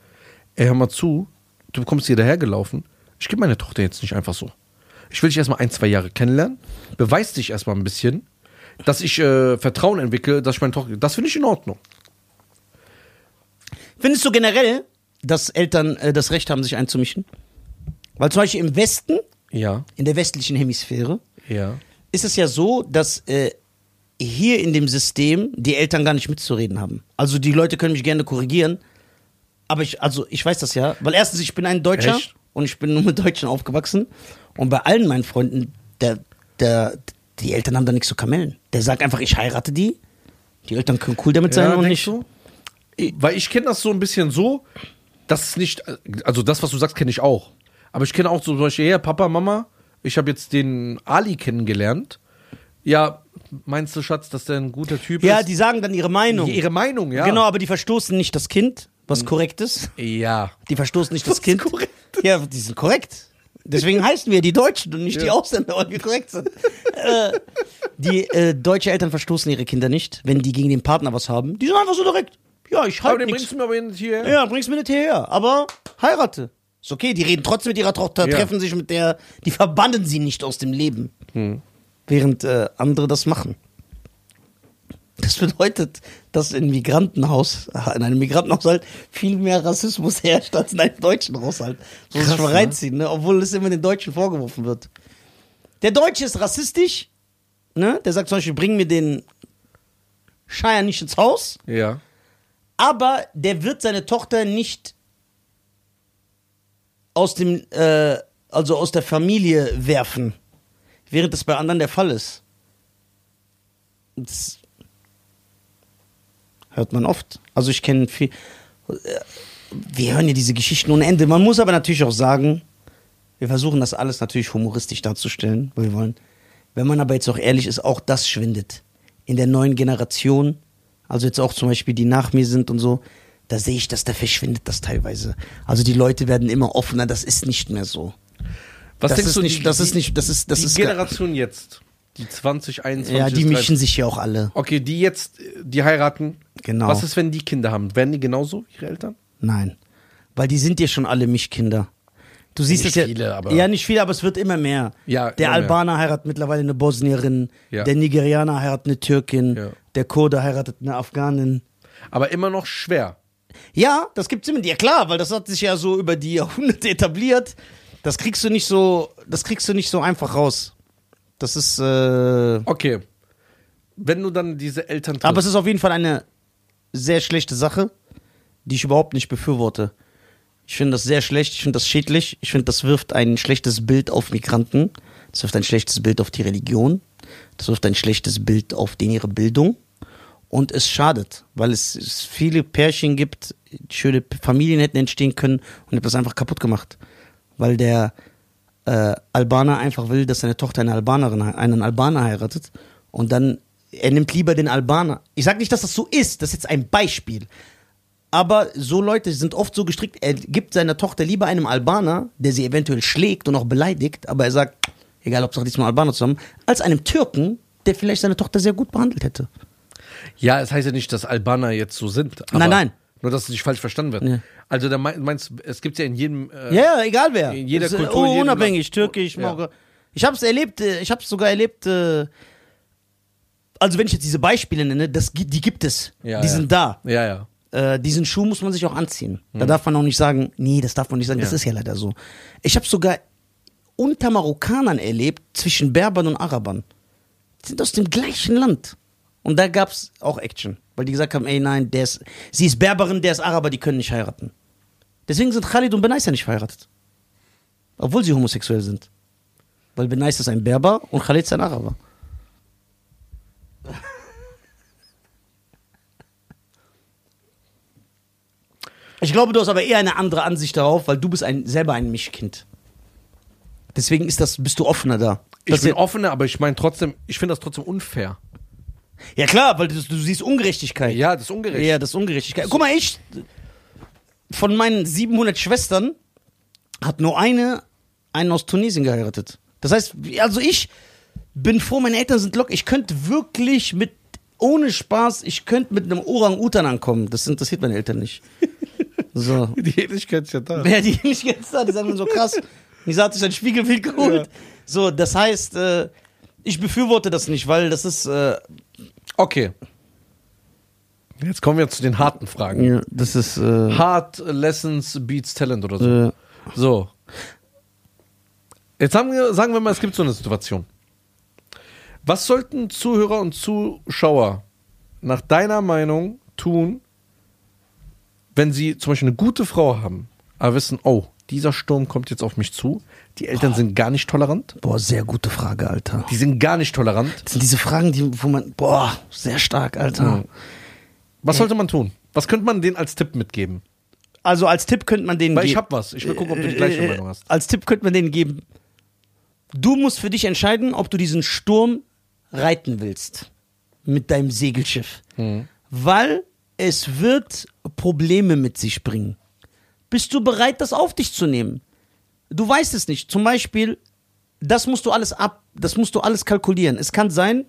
A: Ey, hör mal zu, du kommst hier dahergelaufen, ich gebe meine Tochter jetzt nicht einfach so. Ich will dich erstmal ein, zwei Jahre kennenlernen, beweis dich erstmal ein bisschen, dass ich äh, Vertrauen entwickle, dass ich meine Tochter. Das finde ich in Ordnung.
C: Findest du generell, dass Eltern äh, das Recht haben, sich einzumischen? Weil zum Beispiel im Westen,
A: Ja,
C: in der westlichen Hemisphäre,
A: ja.
C: ist es ja so, dass äh, hier in dem System die Eltern gar nicht mitzureden haben. Also die Leute können mich gerne korrigieren, aber ich, also ich weiß das ja, weil erstens, ich bin ein Deutscher
A: Echt?
C: und ich bin nur mit Deutschen aufgewachsen und bei allen meinen Freunden, der, der, die Eltern haben da nichts zu kamellen. Der sagt einfach, ich heirate die, die Eltern können cool damit sein
A: ja,
C: und
A: denkst
C: nicht.
A: du? Weil ich kenne das so ein bisschen so, dass es nicht, also das, was du sagst, kenne ich auch. Aber ich kenne auch zum Beispiel, ja, Papa, Mama, ich habe jetzt den Ali kennengelernt. Ja, meinst du, Schatz, dass der ein guter Typ
C: Ja,
A: ist?
C: die sagen dann ihre Meinung.
A: ihre Meinung, ja. Mhm.
C: Genau, aber die Genau, verstoßen nicht das Kind, was Korrektes.
A: Ja.
C: Die
A: <laughs>
C: verstoßen nicht das Kind. Ja, die sind korrekt. Deswegen heißen wir die Deutschen und nicht die Ausländer, weil wir korrekt sind. äh, die äh, deutsche Eltern verstoßen ihre Kinder nicht, wenn die gegen den Partner was haben. Die sind einfach so direkt. Ja, ich
A: Aber den
C: halte nichts.
A: bringst du mir aber nicht hier.
C: Ja, bring's mir nicht hierher. Aber heirate. Ist okay, die reden trotzdem mit ihrer Tochter,
A: Ja.
C: treffen sich mit der, die verbannen sie nicht aus dem Leben. Während äh, andere das machen. Das bedeutet, dass in Migrantenhaus, in einem Migrantenhaus halt viel mehr Rassismus herrscht als in einem deutschen Haushalt. So muss ich mal reinziehen, ne? obwohl es immer den Deutschen vorgeworfen wird. Der Deutsche ist rassistisch, ne? Der sagt zum Beispiel, bring mir den Scheier nicht ins Haus.
A: Ja.
C: Aber der wird seine Tochter nicht aus dem, äh, also aus der Familie werfen, während das bei anderen der Fall ist. Das hört man oft. Also ich kenne viel. äh, Wir hören ja diese Geschichten ohne Ende. Man muss aber natürlich auch sagen, wir versuchen das alles natürlich humoristisch darzustellen, weil wir wollen. Wenn man aber jetzt auch ehrlich ist, auch das schwindet. In der neuen Generation, also jetzt auch zum Beispiel die nach mir sind und so, da sehe ich das, da verschwindet das teilweise. Also die Leute werden immer offener, das ist nicht mehr so.
A: Was
C: das
A: denkst
C: ist
A: du,
C: nicht,
A: die,
C: das ist
A: die-
C: nicht, das ist, das
A: die
C: ist.
A: Generation jetzt, die 20, 21,
C: ja, die
A: 30.
C: mischen sich ja auch alle.
A: Okay, die jetzt, äh, die heiraten.
C: Genau.
A: Was ist, wenn die Kinder haben? Werden die genauso wie ihre Eltern?
C: Nein. Weil die sind ja schon alle Mischkinder. Du siehst
A: Nicht
C: es ja.
A: viele, aber-
C: ja, nicht viele, aber es wird immer mehr.
A: Ja,
C: der
A: immer mehr.
C: Albaner heiratet mittlerweile eine Bosnierin,
A: Ja.
C: der Nigerianer heiratet eine Türkin,
A: Ja.
C: der Kurde heiratet eine Afghanin.
A: Aber immer noch schwer.
C: Ja, das gibt's immer. Ja klar, weil das hat sich ja so über die Jahrhunderte etabliert. Das kriegst du nicht so, das kriegst du nicht so einfach raus. Das ist. Äh,
A: Okay. Wenn du dann diese Eltern triffst.
C: Aber es ist auf jeden Fall eine sehr schlechte Sache, die ich überhaupt nicht befürworte. Ich finde das sehr schlecht, ich finde das schädlich, ich finde, das wirft ein schlechtes Bild auf Migranten, das wirft ein schlechtes Bild auf die Religion, das wirft ein schlechtes Bild auf den ihre Bildung und es schadet, weil es, es viele Pärchen gibt, schöne P- Familien hätten entstehen können und hat das einfach kaputt gemacht, weil der äh, Albaner einfach will, dass seine Tochter eine Albanerin, he- einen Albaner heiratet und dann er nimmt lieber den Albaner. Ich sage nicht, dass das so ist, das ist jetzt ein Beispiel. Aber so Leute sind oft so gestrickt, er gibt seiner Tochter lieber einem Albaner, der sie eventuell schlägt und auch beleidigt, aber er sagt, egal ob es diesmal Albaner zusammen, als einem Türken, der vielleicht seine Tochter sehr gut behandelt hätte.
A: ja, es heißt ja nicht, dass Albaner jetzt so sind. aber
C: Nein, nein.
A: Nur, dass es nicht falsch verstanden wird.
C: Ja.
A: Also, da mein- meinst du, es gibt ja in jedem. Äh,
C: Ja, ja, egal wer.
A: In jeder
C: Das ist, äh,
A: Kultur, in jedem
C: unabhängig,
A: Land.
C: türkisch,
A: Ja.
C: Maurer. Ich habe es erlebt, äh, ich habe es sogar erlebt. äh, Also wenn ich jetzt diese Beispiele nenne, das, gi- die gibt es,
A: Ja,
C: die
A: ja.
C: sind da.
A: Ja, ja.
C: Äh, diesen Schuh muss man sich auch anziehen. Da darf man auch nicht sagen, nee, das darf man nicht sagen. Das
A: Hm. Ja.
C: ist ja leider so. Ich habe sogar unter Marokkanern erlebt zwischen Berbern und Arabern. Die sind aus dem gleichen Land. Und da gab es auch Action, weil die gesagt haben, ey, nein, der ist, sie ist Berberin, der ist Araber, die können nicht heiraten. Deswegen sind Khalid und Benais ja nicht verheiratet. Obwohl sie homosexuell sind. Weil Benais ist ein Berber und Khalid ist ein Araber. <laughs> Ich glaube, du hast aber eher eine andere Ansicht darauf, weil du bist ein, selber ein Mischkind. Deswegen ist das, bist du offener da.
A: Ich
C: Das
A: bin
C: ja-
A: offener, aber ich meine trotzdem, ich finde das trotzdem unfair.
C: ja klar, weil du, du siehst Ungerechtigkeit.
A: Ja, das ist ungerecht.
C: Ja, das ist Ungerechtigkeit. Guck mal, ich, von meinen 700 Schwestern, hat nur eine einen aus Tunesien geheiratet. Das heißt, also ich bin froh, meine Eltern sind locker. Ich könnte wirklich mit, ohne Spaß, ich könnte mit einem Orang-Utan ankommen. Das interessiert meine
A: <laughs>
C: Eltern nicht. So.
A: Die Ähnlichkeit ist ja da.
C: Ja, die nicht ganz da, die sagen so krass. Nisa hat sich ein Spiegelbild geholt. So, das heißt, äh, ich befürworte das nicht, weil das ist, äh,
A: Okay. Jetzt kommen wir zu den harten Fragen.
C: ja, das ist, äh,
A: Hard Lessons beats Talent oder so.
C: äh,
A: So. Jetzt haben wir, sagen wir mal, es gibt so eine Situation. Was sollten Zuhörer und Zuschauer nach deiner Meinung tun, wenn sie zum Beispiel eine gute Frau haben, aber wissen, oh, dieser Sturm kommt jetzt auf mich zu, die Eltern sind gar nicht tolerant,
C: boah, sehr gute Frage, Alter.
A: die sind gar nicht tolerant.
C: Das sind diese Fragen, die, wo man, boah, sehr stark, Alter.
A: Was sollte man tun? Was könnte man denen als Tipp mitgeben?
C: Also als Tipp könnte man denen
A: Weil ich
C: ge-
A: hab was. Ich will gucken, ob du die gleiche
C: Äh,
A: Meinung hast.
C: Als Tipp könnte man denen geben, du musst für dich entscheiden, ob du diesen
A: Hm.
C: Sturm reiten willst mit deinem Segelschiff. Weil es wird Probleme mit sich bringen. Bist du bereit, das auf dich zu nehmen? Du weißt es nicht. Zum Beispiel, das musst du alles ab, das musst du alles kalkulieren. Es kann sein,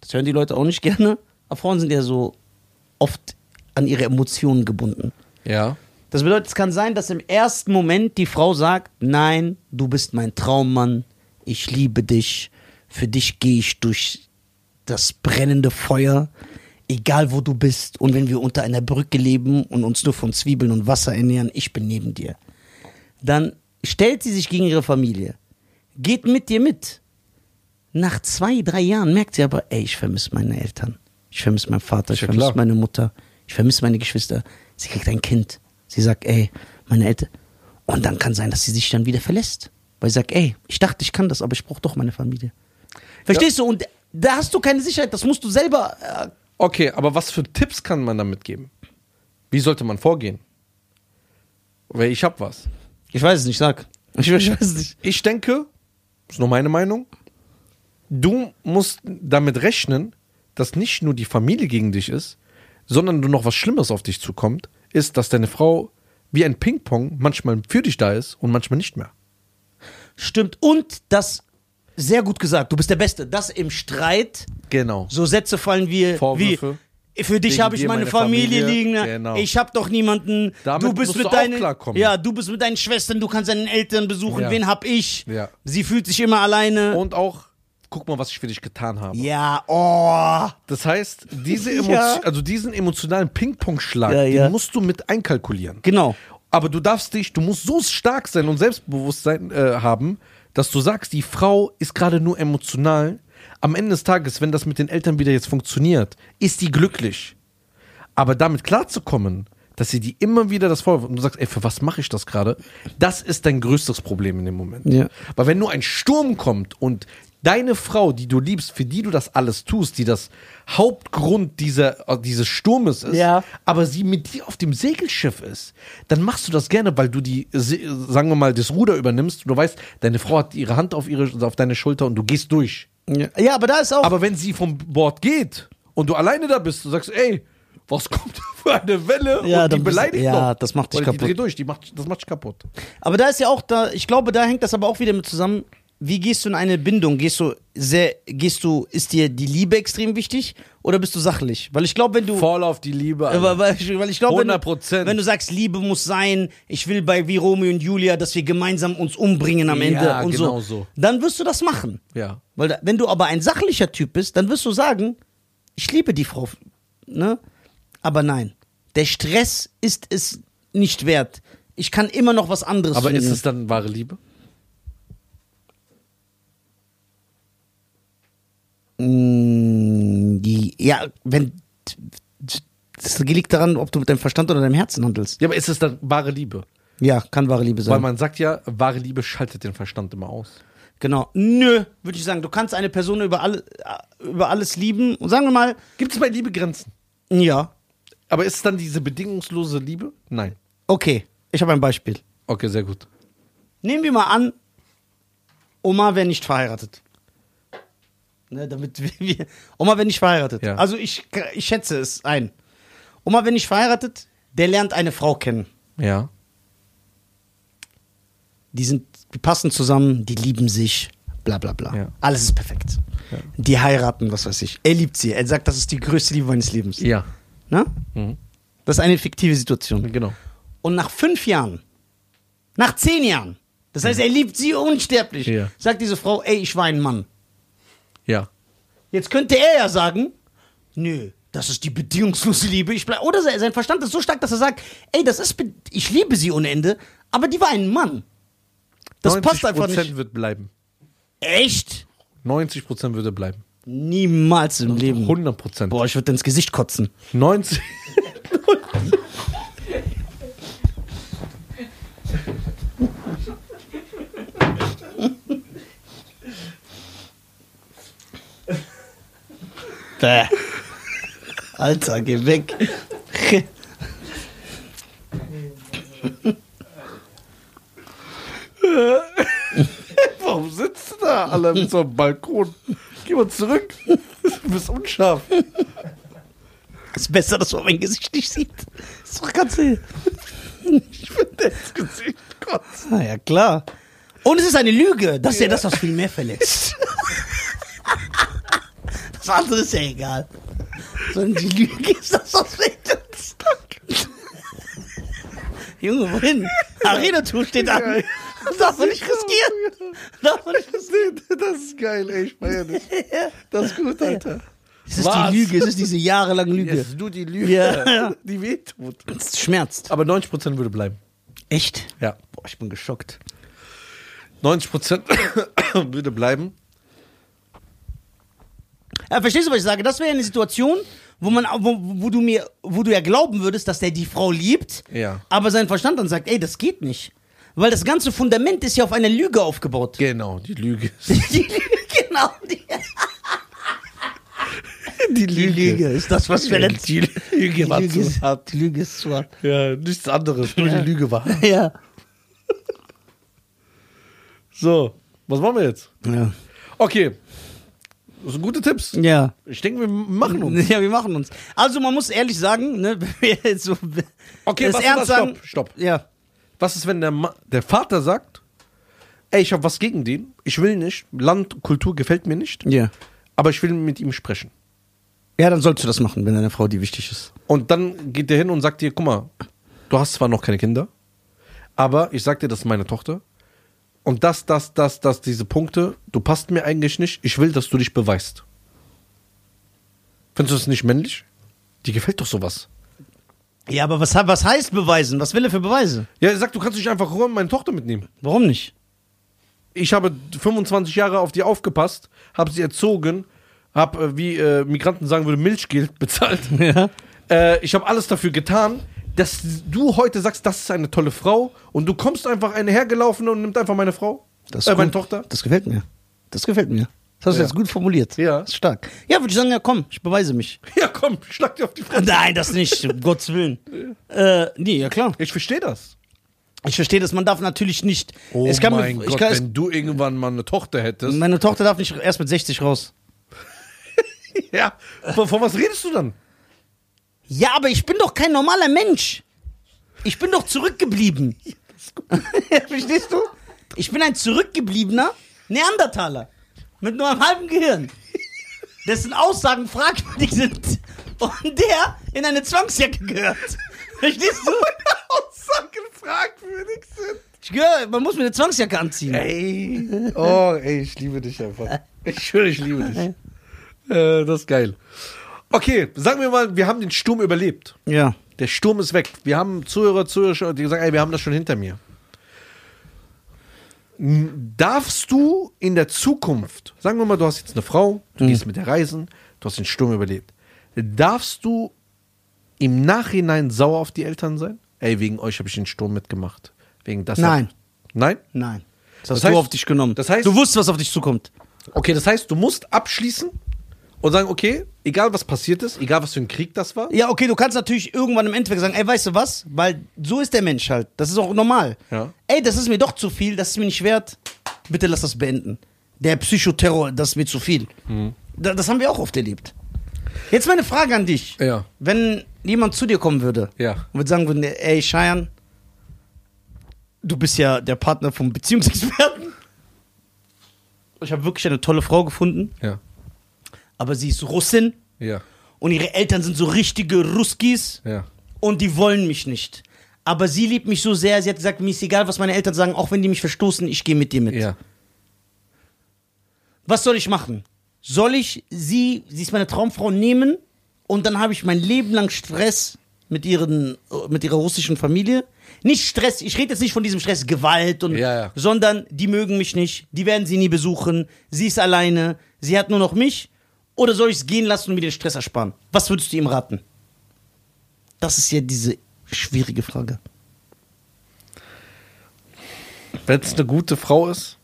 C: das hören die Leute auch nicht gerne, aber Frauen sind ja so oft an ihre Emotionen gebunden.
A: Ja.
C: Das bedeutet, es kann sein, dass im ersten Moment die Frau sagt, nein, du bist mein Traummann, ich liebe dich, für dich gehe ich durch das brennende Feuer, egal wo du bist und wenn wir unter einer Brücke leben und uns nur von Zwiebeln und Wasser ernähren, ich bin neben dir. Dann stellt sie sich gegen ihre Familie, geht mit dir mit. Nach zwei, drei Jahren merkt sie aber, ey, ich vermisse meine Eltern, ich vermisse meinen Vater, ich
A: ja
C: vermisse
A: klar.
C: meine Mutter, ich vermisse meine Geschwister. Sie kriegt ein Kind. Sie sagt, ey, meine Eltern. Und dann kann sein, dass sie sich dann wieder verlässt. Weil sie sagt, ey, ich dachte, ich kann das, aber ich brauche doch meine Familie. Verstehst du? Und da hast du keine Sicherheit, das musst du selber. Äh,
A: Okay, aber was für Tipps kann man damit geben? Wie sollte man vorgehen? Weil ich hab was.
C: ich weiß es nicht, sag. <laughs> Ich, ich weiß es nicht.
A: Ich denke, ist nur meine Meinung, du musst damit rechnen, dass nicht nur die Familie gegen dich ist, sondern du noch was Schlimmes auf dich zukommt, ist, dass deine Frau wie ein Ping-Pong manchmal für dich da ist und manchmal nicht mehr.
C: Stimmt. Und das, sehr gut gesagt, du bist der Beste. Das im Streit,
A: Genau.
C: so Sätze fallen wie.
A: Vorwürfe.
C: Wie, für dich
A: Wegen
C: habe ich
A: dir
C: meine,
A: meine
C: Familie,
A: Familie.
C: liegen. ne?
A: Genau.
C: Ich habe doch niemanden.
A: Damit
C: du bist
A: musst
C: mit
A: du auch
C: deinen,
A: klarkommen.
C: Ja, du bist mit deinen Schwestern, du kannst deinen Eltern besuchen.
A: Ja.
C: Wen hab ich?
A: Ja.
C: Sie fühlt sich immer alleine.
A: Und auch, guck mal, was ich für dich getan habe.
C: Ja, oh.
A: Das heißt, diese
C: <laughs> Ja.
A: Emotio also diesen emotionalen Ping-Pong-Schlag,
C: Ja, ja.
A: den musst du mit einkalkulieren.
C: Genau.
A: Aber du darfst dich, du musst so stark sein und Selbstbewusstsein äh, haben, dass du sagst, die Frau ist gerade nur emotional. Am Ende des Tages, wenn das mit den Eltern wieder jetzt funktioniert, ist die glücklich. Aber damit klarzukommen, dass sie die immer wieder das vorwirft und du sagst, ey, für was mache ich das gerade? Das ist dein größtes Problem in dem Moment.
C: Ja.
A: Weil wenn nur ein Sturm kommt und deine Frau, die du liebst, für die du das alles tust, die das Hauptgrund dieser, äh, dieses Sturmes ist,
C: Ja.
A: aber sie mit dir auf dem Segelschiff ist, dann machst du das gerne, weil du die, äh, se- äh, sagen wir mal, das Ruder übernimmst und du weißt, deine Frau hat ihre Hand auf, ihre, auf deine Schulter und du gehst durch.
C: Ja. ja, aber da ist auch.
A: Aber wenn sie vom Bord geht und du alleine da bist, du sagst, ey, was kommt <laughs> da für eine Welle?
C: Ja,
A: und die
C: dann bist du-
A: beleidigt
C: ja,
A: noch.
C: das macht dich
A: Oder
C: kaputt.
A: Die dreht durch, die macht, das macht dich kaputt.
C: Aber da ist ja auch da, ich glaube, da hängt das aber auch wieder mit zusammen. Wie gehst du in eine Bindung? Gehst du sehr, gehst du, ist dir die Liebe extrem wichtig oder bist du sachlich? Weil ich glaube, wenn du,
A: Voll auf die Liebe.
C: äh, weil, weil ich- weil ich glaube, wenn,
A: 100%.
C: du- wenn du sagst, Liebe muss sein, ich will bei wie Romeo und Julia, dass wir gemeinsam uns umbringen am
A: Ja,
C: Ende und
A: genau
C: so,
A: so.
C: dann wirst du das machen.
A: Ja.
C: Weil da, wenn du aber ein sachlicher Typ bist, dann wirst du sagen, ich liebe die Frau. Ne? Aber nein, der Stress ist es nicht wert. Ich kann immer noch was anderes
A: Aber
C: finden.
A: ist es dann wahre Liebe?
C: Mm, die, ja, wenn. Das liegt daran, ob du mit deinem Verstand oder deinem Herzen handelst.
A: Ja, aber ist es dann wahre Liebe?
C: Ja, kann wahre Liebe
A: Weil
C: sein.
A: man sagt ja, wahre Liebe schaltet den Verstand immer aus.
C: Genau. Nö, würde ich sagen. Du kannst eine Person über, alle, äh, über alles lieben. Und sagen wir mal,
A: Gibt es bei Liebe Grenzen?
C: ja,
A: Aber ist es dann diese bedingungslose Liebe? Nein.
C: okay. Ich habe ein Beispiel.
A: Okay, sehr gut.
C: Nehmen wir mal an, Oma wäre nicht verheiratet. Ne, damit <laughs> wir- wir, Oma wäre nicht verheiratet.
A: Ja.
C: Also ich, ich schätze es ein. Oma wäre nicht verheiratet, der lernt eine Frau kennen.
A: Ja.
C: die sind, die passen zusammen, die lieben sich, bla bla bla.
A: Ja.
C: Alles ist perfekt. Die heiraten, was weiß ich. Er liebt sie, er sagt, das ist die größte Liebe meines Lebens.
A: Ja.
C: Ne? Das ist eine fiktive Situation.
A: Mhm. Genau.
C: Und nach fünf Jahren, nach zehn Jahren, das heißt, er liebt sie unsterblich,
A: Mhm. Ja.
C: sagt diese Frau, ey, ich war ein Mann.
A: Ja.
C: Jetzt könnte er ja sagen, nö, das ist die bedingungslose Liebe. Ich bleib, oder se- sein Verstand ist so stark, dass er sagt, ey, das ist, be- ich liebe sie ohne Ende, aber die war ein Mann. Das passt einfach nicht.
A: wird bleiben.
C: Echt?
A: 90% würde bleiben.
C: Niemals im
A: Hm.
C: Leben.
A: 100%.
C: Boah, ich würde ins Gesicht kotzen.
A: 90. <laughs>
C: Bäh. Alter, geh weg.
A: <laughs>
C: <laughs>
A: Warum sitzt du da alle mit <laughs> so einem Balkon? Geh mal zurück. Du bist unscharf.
C: Ist besser, dass man mein Gesicht nicht sieht. Ist doch ganz hell.
A: Ich will das Gesicht kotzen.
C: Na Ah, ja, klar. Und es ist eine Lüge. Das ist ja, das, was viel mehr verletzt. <laughs> das andere ist ja egal. Sondern die Lüge ist das, was verletzt. Junge, wohin? Arena-Tour steht an. Das <laughs> darf man nicht riskieren. Darf man nicht
A: Das ist geil, ey, ich feier <laughs> das. Das ist gut, Alter.
C: Es ist
A: Was?
C: die Lüge, es ist diese jahrelange Lüge.
A: Jetzt du die Lüge,
C: Ja.
A: <laughs> die wehtut.
C: Es schmerzt.
A: Aber 90% würde bleiben.
C: Echt?
A: Ja.
C: Boah, ich bin geschockt.
A: 90% <coughs> würde bleiben.
C: Ja, Äh, verstehst du, was ich sage? Das wäre eine Situation, wo man, wo, wo du mir, wo du ja glauben würdest, dass der die Frau liebt,
A: Ja.
C: aber sein Verstand dann sagt, ey, das geht nicht. Weil das ganze Fundament ist ja auf einer Lüge aufgebaut.
A: Genau, die Lüge.
C: <laughs> Die Lüge, genau. Die,
A: Die
C: die Lüge ist das, was verletzt.
A: Die Lüge war zu
C: ist,
A: hart.
C: die Lüge ist zu hart. <laughs>
A: Ja, nichts anderes, nur
C: Ja.
A: die Lüge war.
C: Ja.
A: So, was machen wir jetzt?
C: Ja.
A: Okay. Das sind gute Tipps.
C: Ja.
A: Ich denke, wir machen uns.
C: Ja, wir machen uns. Also man muss ehrlich sagen, ne, <laughs> wenn wir jetzt so
A: Okay,
C: das
A: was-
C: ernst
A: was-
C: sagen,
A: stopp, stopp.
C: Ja.
A: Was ist, wenn der, Ma der Vater sagt, ey, ich habe was gegen den, ich will nicht, Land, Kultur gefällt mir nicht,
C: Ja.
A: aber ich will mit ihm sprechen.
C: Ja, dann sollst du das machen, wenn deine Frau dir wichtig ist.
A: Und dann geht der hin und sagt dir, guck mal, du hast zwar noch keine Kinder, aber ich sag dir, das ist meine Tochter. Und das, das, das, das, diese Punkte, du passt mir eigentlich nicht. Ich will, dass du dich beweist. Findest du das nicht männlich? Dir gefällt doch sowas.
C: Ja, aber was, was heißt beweisen? Was will er für Beweise?
A: Ja, er sagt, du kannst dich einfach rum meine Tochter mitnehmen.
C: Warum nicht?
A: Ich habe 25 Jahre auf die aufgepasst, habe sie erzogen, habe, äh, wie äh, Migranten sagen würde, Milchgeld <laughs> bezahlt.
C: <laughs> Ja.
A: äh, ich habe alles dafür getan, dass du heute sagst, das ist eine tolle Frau und du kommst einfach eine hergelaufen und nimmt einfach meine Frau,
C: Das
A: äh,
C: ist
A: meine
C: gut.
A: Tochter. <laughs>
C: Das gefällt mir. Das gefällt mir. Das hast du
A: Ja.
C: jetzt gut formuliert.
A: Ja.
C: Das ist stark. Ja, würde ich sagen, ja komm, ich beweise mich.
A: Ja, komm, schlag dir auf die Fresse.
C: <laughs> Nein, das nicht, <laughs> um Gottes Willen. Äh, nee, ja klar.
A: Ich verstehe das.
C: Ich verstehe das, man darf natürlich nicht.
A: Oh
C: es kann mir, ich kann, es,
A: du irgendwann mal eine Tochter hättest.
C: meine Tochter darf nicht erst mit 60 raus.
A: Ja, von, von was redest du
C: <laughs>
A: dann?
C: Ja, aber ich bin doch kein normaler Mensch. Ich bin doch
A: <laughs>
C: zurückgeblieben. Ja, <laughs> Verstehst du? Ich bin ein zurückgebliebener Neandertaler. Mit nur einem halben Gehirn. Dessen Aussagen fragwürdig sind. Und der in eine Zwangsjacke gehört. Verstehst du? Oh,
A: Aussagen fragwürdig sind.
C: Ich gehöre, man muss mir eine Zwangsjacke anziehen.
A: Ey. Oh, ey, ich liebe dich einfach. Ich schwöre, ich liebe
C: <laughs>
A: dich. Äh, das ist geil. Okay, sagen wir mal, wir haben den Sturm überlebt.
C: Ja.
A: Der Sturm ist weg. Wir haben Zuhörer, Zuhörer, die sagen, ey, wir haben das schon hinter mir. N- Darfst du in der Zukunft, sagen wir mal, du hast jetzt eine Frau, du gehst mit der Reisen, du hast den Sturm überlebt, darfst du im Nachhinein sauer auf die Eltern sein? Ey, wegen euch habe ich den Sturm mitgemacht. Wegen das.
C: Nein.
A: hab- Nein?
C: Nein. Das
A: Das
C: hast
A: heißt-
C: du auf dich genommen.
A: das heißt-
C: du wusstest, was auf dich zukommt.
A: Okay, das heißt, du musst abschließen und sagen, okay, egal was passiert ist, egal was für ein Krieg das war.
C: Ja, okay, du kannst natürlich irgendwann im Endeffekt sagen, ey, weißt du was? Weil so ist der Mensch halt. Das ist auch normal.
A: Ja.
C: Ey, das ist mir doch zu viel, das ist mir nicht wert. Bitte lass das beenden. Der Psychoterror, das ist mir zu viel.
A: Mhm.
C: Da, das haben wir auch oft erlebt. Jetzt meine Frage an dich.
A: Ja.
C: Wenn jemand zu dir kommen würde
A: Ja.
C: und würde sagen, würde, ey, Cheyenne, du bist ja der Partner vom Beziehungsexperten. Ich habe wirklich eine tolle Frau gefunden,
A: Ja.
C: aber sie ist Russin
A: Ja.
C: und ihre Eltern sind so richtige Ruskis
A: Ja.
C: und die wollen mich nicht. Aber sie liebt mich so sehr, sie hat gesagt, mir ist egal, was meine Eltern sagen, auch wenn die mich verstoßen, ich gehe mit dir mit.
A: Ja.
C: Was soll ich machen? Soll ich sie, sie ist meine Traumfrau, nehmen und dann habe ich mein Leben lang Stress mit, ihren, äh, mit ihrer russischen Familie? Nicht Stress, ich rede jetzt nicht von diesem Stress, Gewalt und,
A: Ja, ja.
C: sondern die mögen mich nicht, die werden sie nie besuchen, sie ist alleine, sie hat nur noch mich. Oder soll ich es gehen lassen und mir den Stress ersparen? Was würdest du ihm raten? Das ist ja diese schwierige Frage.
A: Wenn es eine gute Frau ist,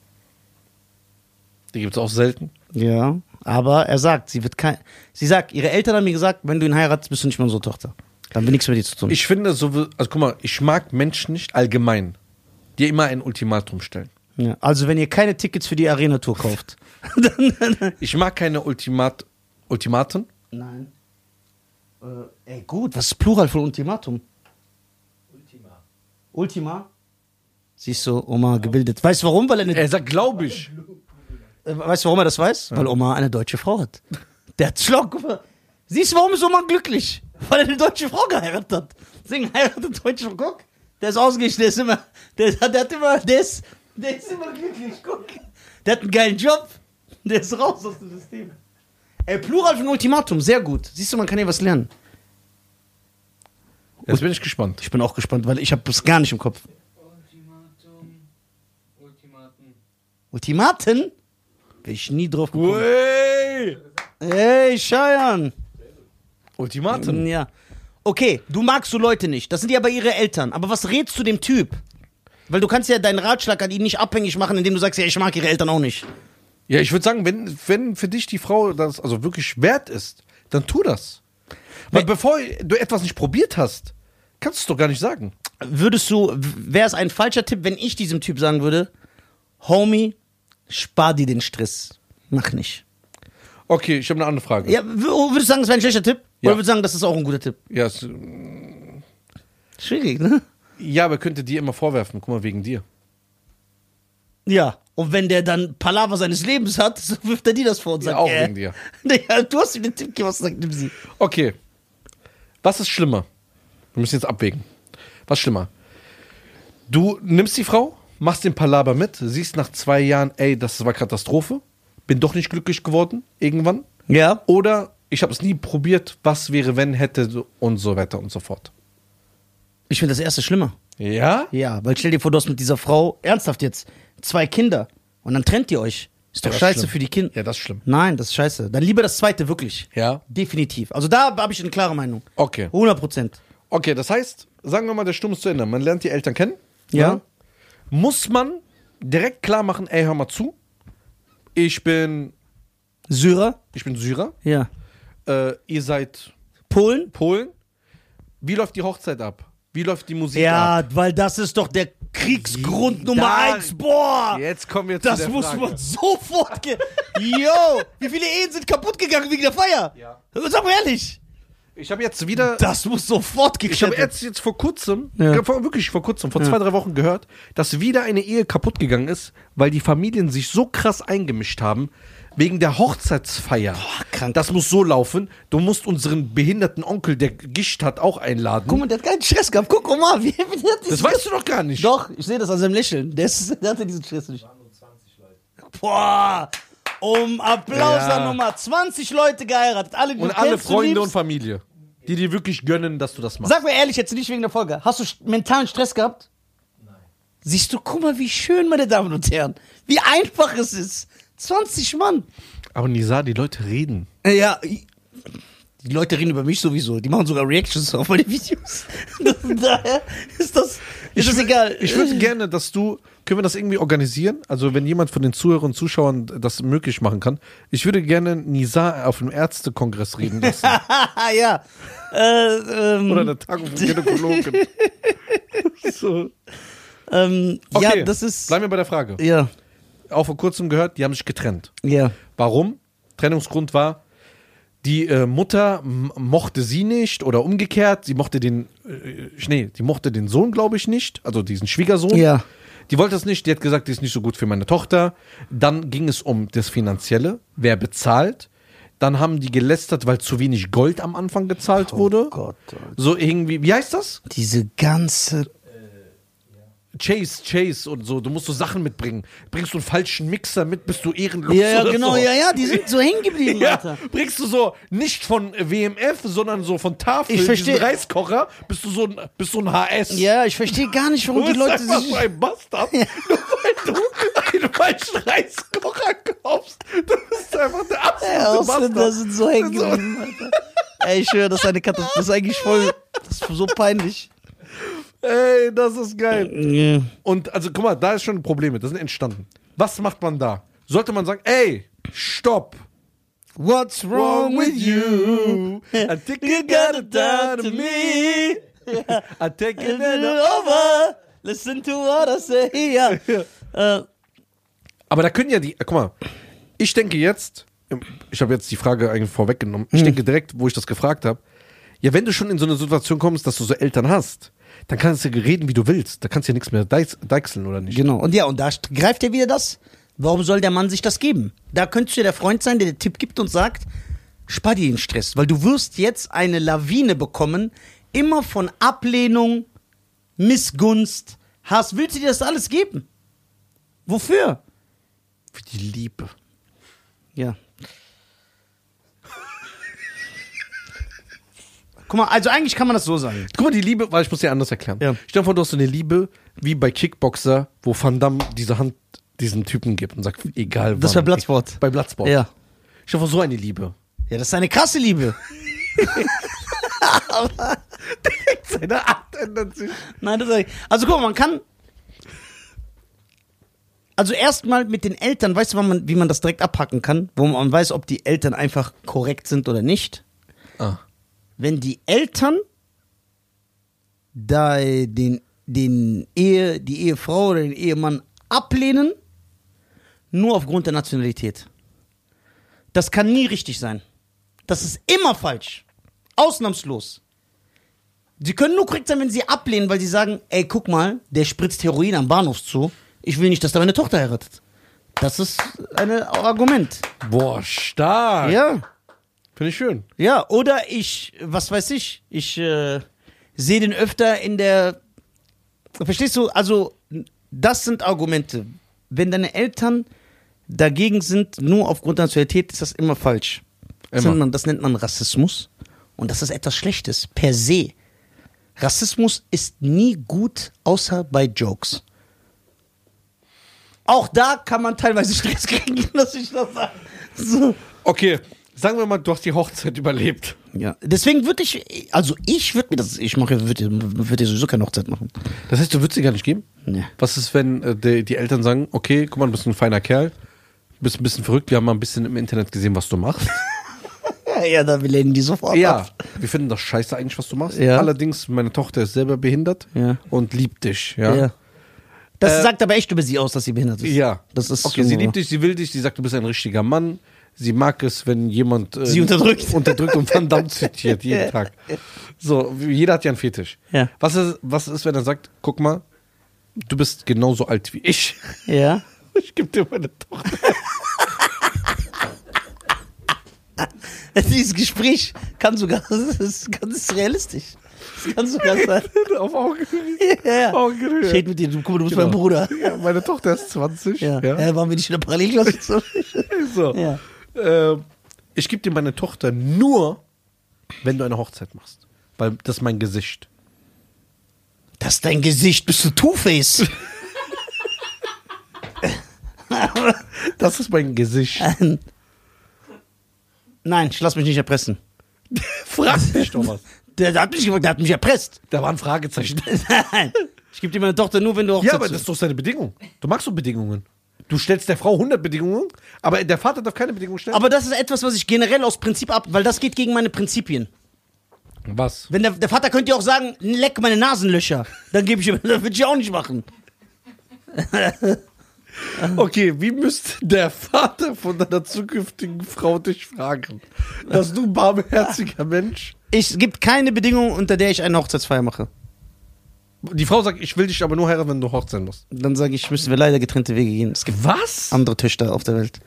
A: die gibt es auch selten.
C: Ja, aber er sagt, sie wird kein. Sie sagt, ihre Eltern haben mir gesagt, wenn du ihn heiratest, bist du nicht mehr unsere Tochter. Dann haben wir nichts mit dir zu tun.
A: Ich finde, so, also guck mal, ich mag Menschen nicht allgemein, die immer ein Ultimatum stellen.
C: ja, also, wenn ihr keine Tickets für die Arena-Tour kauft. <laughs>
A: Ich mag keine Ultimat Ultimaten,
C: Nein. Äh, ey, gut, was ist Plural von Ultimatum?
D: Ultima.
C: Ultima? Siehst du, Oma gebildet. Weißt du warum? Weil er eine
A: Er sagt, glaube ich.
C: Äh, Weißt du, warum er das weiß? Weil Oma eine deutsche Frau hat. Der hat Schlock. guck mal. Siehst du, warum ist Oma glücklich? Weil er eine deutsche Frau geheiratet hat. Deswegen heiratet eine deutsche Frau. Guck, der ist ausgeglichen, der ist immer, der, ist- der hat immer, der ist, der ist immer glücklich. Guck, der hat einen geilen Job. Der ist raus aus dem System. Ey, Plural von Ultimatum, sehr gut. Siehst du, man kann hier was lernen.
A: Jetzt bin ich gespannt.
C: Ich bin auch gespannt, weil ich habe das gar nicht im Kopf.
E: Ultimatum. Ultimatum.
C: Ultimaten? Bin ich nie drauf gekommen.
A: Ui.
C: Ey, Scheiern.
A: Ultimatum.
C: Ja. Okay, du magst so Leute nicht. Das sind ja aber ihre Eltern. Aber was rätst du dem Typ? Weil du kannst ja deinen Ratschlag an ihn nicht abhängig machen, indem du sagst, ja, ich mag ihre Eltern auch nicht.
A: Ja, ich würde sagen, wenn, wenn für dich die Frau das also wirklich wert ist, dann tu das. Weil bevor du etwas nicht probiert hast, kannst du es doch gar nicht sagen.
C: Würdest du, wäre es ein falscher Tipp, wenn ich diesem Typ sagen würde, Homie, spar dir den Stress. Mach nicht.
A: Okay, ich habe eine andere Frage.
C: Ja, w- oh, würdest du sagen, das wäre ein schlechter Tipp?
A: Ja.
C: Oder würdest du sagen, das ist auch ein guter Tipp?
A: Ja, es,
C: Schwierig, ne?
A: ja, aber könnte dir immer vorwerfen, guck mal, wegen dir.
C: Ja. Und wenn der dann Palaver seines Lebens hat, <laughs> so wirft er dir das vor und
A: Ja,
C: sagt,
A: auch
C: äh,
A: wegen dir.
C: <laughs> Ja, du hast ihm den Tipp gegeben, sagt nimm sie.
A: Okay. Was ist schlimmer? Wir müssen jetzt abwägen. Was ist schlimmer? Du nimmst die Frau, machst den Palaber mit, siehst nach zwei Jahren, ey, das war Katastrophe, bin doch nicht glücklich geworden, irgendwann.
C: Ja.
A: Oder ich habe es nie probiert, was wäre, wenn, hätte so- und so weiter und so fort.
C: Ich finde das erste schlimmer.
A: Ja?
C: Ja, weil stell dir vor, du hast mit dieser Frau, ernsthaft jetzt, zwei Kinder und dann trennt ihr euch. Ist doch
A: das ist
C: scheiße
A: schlimm.
C: für die Kinder.
A: Ja, das ist schlimm.
C: Nein, das ist scheiße. Dann lieber das zweite, wirklich.
A: Ja.
C: Definitiv. Also da habe ich eine klare Meinung.
A: Okay.
C: 100 Prozent.
A: Okay, das heißt, sagen wir mal, der Sturm ist zu Ende. Man lernt die Eltern kennen.
C: Ja.
A: Ne? Muss man direkt klar machen, ey, hör mal zu. Ich bin,
C: Syrer?
A: ich bin Syrer.
C: Ja.
A: Äh, ihr seid
C: Polen?
A: Polen. Wie läuft die Hochzeit ab? Wie läuft die Musik
C: Ja,
A: ab?
C: weil das ist doch der Kriegsgrund Nummer
A: da-
C: eins. Boah!
A: Jetzt kommen wir zu
C: das
A: der
C: muss
A: Frage.
C: man sofort. Ge <laughs> Yo! Wie viele Ehen sind kaputt gegangen wegen der Feier?
A: Ja.
C: Sag mal ehrlich,
A: Ich habe jetzt wieder
C: das muss sofort
A: Ich habe
C: geklärt werden.
A: jetzt, jetzt vor kurzem,
C: Ja.
A: vor, wirklich vor kurzem, vor zwei, drei Wochen gehört, dass wieder eine Ehe kaputt gegangen ist, weil die Familien sich so krass eingemischt haben, wegen der Hochzeitsfeier.
C: krank.
A: Das muss so laufen, du musst unseren behinderten Onkel, der Gischt hat, auch einladen.
C: Guck mal, der hat keinen Stress gehabt. Guck mal, wie, wie der hat
A: das
C: diesen-
A: weißt du doch gar nicht.
C: Doch, ich sehe das an seinem Lächeln. Der, ist, <laughs> der hatte diesen Stress nicht.
D: Waren nur 20 Leute.
C: Boah! Um Applaus
A: Ja.
C: an Nummer 20 Leute geheiratet. Alle, die
A: Und
C: du
A: alle
C: kennst, du
A: Freunde und
C: liebst.
A: Familie, die dir wirklich gönnen, dass du das machst.
C: Sag mir ehrlich, jetzt nicht wegen der Folge. Hast du sch- mentalen Stress gehabt?
D: Nein.
C: Siehst du, guck mal, wie schön, meine Damen und Herren. Wie einfach es ist. 20 Mann.
A: Aber Nisa, die Leute reden.
C: Äh, Ja, i- die Leute reden über mich sowieso. Die machen sogar Reactions auf meine Videos. <laughs> Daher ist das, ist das egal.
A: Ich
C: <laughs>
A: würde gerne, dass du, können wir das irgendwie organisieren? Also wenn jemand von den Zuhörern und Zuschauern das möglich machen kann. Ich würde gerne Nisa auf dem Ärztekongress reden
C: <laughs>
A: lassen.
C: Haha, ja. Äh, ähm,
A: Oder eine Tagung vom Gynäkologen. so.
C: ähm,
A: okay.
C: Ja, das ist.
A: Bleiben wir bei der Frage.
C: Ja,
A: Auch vor kurzem gehört, die haben sich getrennt.
C: ja.
A: Warum? Trennungsgrund war, die äh, Mutter m- mochte sie nicht oder umgekehrt, sie mochte den, äh, nee, die mochte den Sohn, glaube ich, nicht, also diesen Schwiegersohn.
C: Ja.
A: Die wollte es nicht, die hat gesagt, die ist nicht so gut für meine Tochter. Dann ging es um das Finanzielle, wer bezahlt. Dann haben die gelästert, weil zu wenig Gold am Anfang gezahlt wurde.
C: Gott, oh.
A: So irgendwie, wie heißt das?
C: Diese ganze.
A: Chase, Chase und so, du musst so Sachen mitbringen. Bringst du einen falschen Mixer mit, bist du ehrenlos.
C: Ja, ja,
A: oder
C: genau,
A: so.
C: ja, ja, die sind so hängen
A: <laughs>
C: geblieben,
A: Ja,
C: Alter.
A: bringst du so nicht von WMF, sondern so von Tafel,
C: Ich versteh-
A: diesen Reiskocher, bist du so ein, bist so ein HS.
C: Ja, ich verstehe gar nicht,
A: Du
C: warum die
A: bist
C: Leute
A: einfach
C: sich.
A: so ein Bastard, <laughs> nur weil du einen falschen Reiskocher kaufst. Du bist einfach der
C: <laughs> Ja,
A: absolute
C: Ausländer
A: Bastard.
C: sind so hängen geblieben, Alter. Ey, ich höre, das ist eine Katastrophe. Das ist eigentlich voll. Das ist so
A: <laughs>
C: peinlich.
A: Ey, das ist geil. Und also guck mal, da ist schon Probleme, das sind entstanden. Was macht man da? Sollte man sagen, ey, stopp.
C: What's wrong with you?
A: I think you got it down to me. <laughs> I take <laughs> it over.
C: Listen to what I say. Ja. Äh,
A: Aber da können ja die, äh, guck mal, ähm,
C: Hm.
A: ich denke jetzt, ich habe jetzt die Frage eigentlich vorweggenommen, ich denke direkt, wo ich das gefragt habe, Ja, wenn du schon in so eine Situation kommst, dass du so Eltern hast, dann kannst du reden, wie du willst. Da kannst du ja nichts mehr deichs- deichseln, oder nicht?
C: Genau. Und ja, und da st- greift ja wieder das. Warum soll der Mann sich das geben? Da könntest du ja der Freund sein, der dir Tipp gibt und sagt, spar dir den Stress, weil du wirst jetzt eine Lawine bekommen, immer von Ablehnung, Missgunst, Hass. Willst du dir das alles geben? Wofür?
A: Für die Liebe.
C: Ja. Guck mal, also eigentlich kann man das so sagen.
A: Guck mal, die Liebe, weil ich muss dir anders erklären.
C: Ja.
A: Stell dir vor, du hast so eine Liebe wie bei Kickboxer, wo Van Damme diese Hand diesem Typen gibt und sagt, egal
C: Das
A: wann.
C: war Bloodsport.
A: Bei Bloodsport.
C: Ja.
A: Stell dir vor, so eine Liebe.
C: Ja, das ist eine krasse Liebe. ne?
A: Seine Art ändert sich.
C: Nein, das sag ich. Also guck mal, man kann. Also erstmal mit den Eltern, weißt du, wann man, wie man das direkt abhacken kann, wo man weiß, ob die Eltern einfach korrekt sind oder nicht.
A: Ah.
C: Wenn die Eltern da den, den Ehe, die Ehefrau oder den Ehemann ablehnen, nur aufgrund der Nationalität. Das kann nie richtig sein. Das ist immer falsch. Ausnahmslos. Sie können nur korrekt sein, wenn sie ablehnen, weil sie sagen, ey, guck mal, der spritzt Heroin am Bahnhof zu. Ich will nicht, dass da meine Tochter heiratet. Das ist ein Argument.
A: Boah, stark.
C: Ja,
A: Finde ich schön.
C: ja. Oder ich, was weiß ich, ich äh, sehe den öfter in der... Verstehst du? Also, das sind Argumente. Wenn deine Eltern dagegen sind, nur aufgrund der Nationalität, ist das immer falsch. Das
A: Immer.
C: nennt, man, das nennt man Rassismus. Und das ist etwas Schlechtes, per se. Rassismus ist nie gut, außer bei Jokes. Auch da kann man teilweise <laughs> Stress kriegen, dass ich das sage. So.
A: Okay, sagen wir mal, du hast die Hochzeit überlebt.
C: Ja. Deswegen würde ich, also ich würde mir das, ich mache, würde würd sowieso keine Hochzeit machen.
A: Das heißt, du würdest sie gar nicht geben?
C: Nee.
A: Was ist, wenn äh, die, die Eltern sagen, okay, guck mal, du bist ein feiner Kerl, bist ein bisschen verrückt, wir haben mal ein bisschen im Internet gesehen, was du
C: <laughs>
A: machst.
C: Ja, ja da lehnen die sofort
A: Ja,
C: ab.
A: wir finden das scheiße eigentlich, was du machst.
C: Ja.
A: Allerdings, meine Tochter ist selber behindert
C: Ja.
A: und liebt dich. Ja.
C: Ja. Das
A: Äh,
C: sagt aber echt über sie aus, dass sie behindert ist.
A: Ja.
C: Das ist
A: okay, sie liebt dich, sie will dich, sie sagt, du bist ein richtiger Mann. Sie mag es, wenn jemand äh,
C: Sie unterdrückt.
A: <laughs> unterdrückt und Van Damme zitiert jeden Tag. So, jeder hat ja einen Fetisch.
C: Ja.
A: Was, ist, was ist, wenn er sagt, guck mal, du bist genauso alt wie ich. <laughs>
C: Ja.
A: Ich gebe dir meine Tochter.
C: <laughs> Dieses Gespräch kann sogar, <laughs> das ist ganz realistisch. Das kann sogar
A: <laughs>
C: sein.
A: Auf Augenhöhe.
C: <laughs> Ja, ja.
A: Augenhöhe.
C: Ich rede mit dir, du, guck mal, du bist
A: Oh, Genau.
C: mein Bruder.
A: Ja, meine Tochter ist 20.
C: Ja. ja. waren wir nicht in der Parallelklasse zusammen?
A: So.
C: Ja.
A: Ähm, ich gebe dir meine Tochter nur, wenn du eine Hochzeit machst. Weil das ist mein Gesicht.
C: Das ist dein Gesicht, bist du <laughs> Two-Face?
A: Das ist mein Gesicht.
C: Nein, ich lass mich nicht erpressen.
A: Frag dich doch was.
C: Der, der hat mich gefragt, der hat mich erpresst.
A: <laughs>
C: <laughs>
A: Da waren Fragezeichen.
C: Nein. Ich gebe dir meine Tochter nur, wenn du auch
A: Ja, aber das ist doch seine Bedingung. Du machst so Bedingungen. Du stellst der Frau 100 Bedingungen, aber der Vater darf keine Bedingungen stellen.
C: aber das ist etwas, was ich generell aus Prinzip ab, weil das geht gegen meine Prinzipien.
A: was?
C: Wenn der, der Vater könnte ja auch sagen, leck meine Nasenlöcher. Dann gebe ich ihm, <laughs> das würde ich auch nicht machen.
A: Okay, wie müsste der Vater von deiner zukünftigen Frau dich fragen, dass du ein barmherziger Mensch
C: Ich, es gibt keine Bedingung, unter der ich eine Hochzeitsfeier mache.
A: Die Frau sagt, ich will dich aber nur heiraten, wenn du Hochzeit machst.
C: Dann sage ich, müssen wir leider getrennte Wege gehen. Es gibt
A: Was?
C: andere Töchter auf der Welt.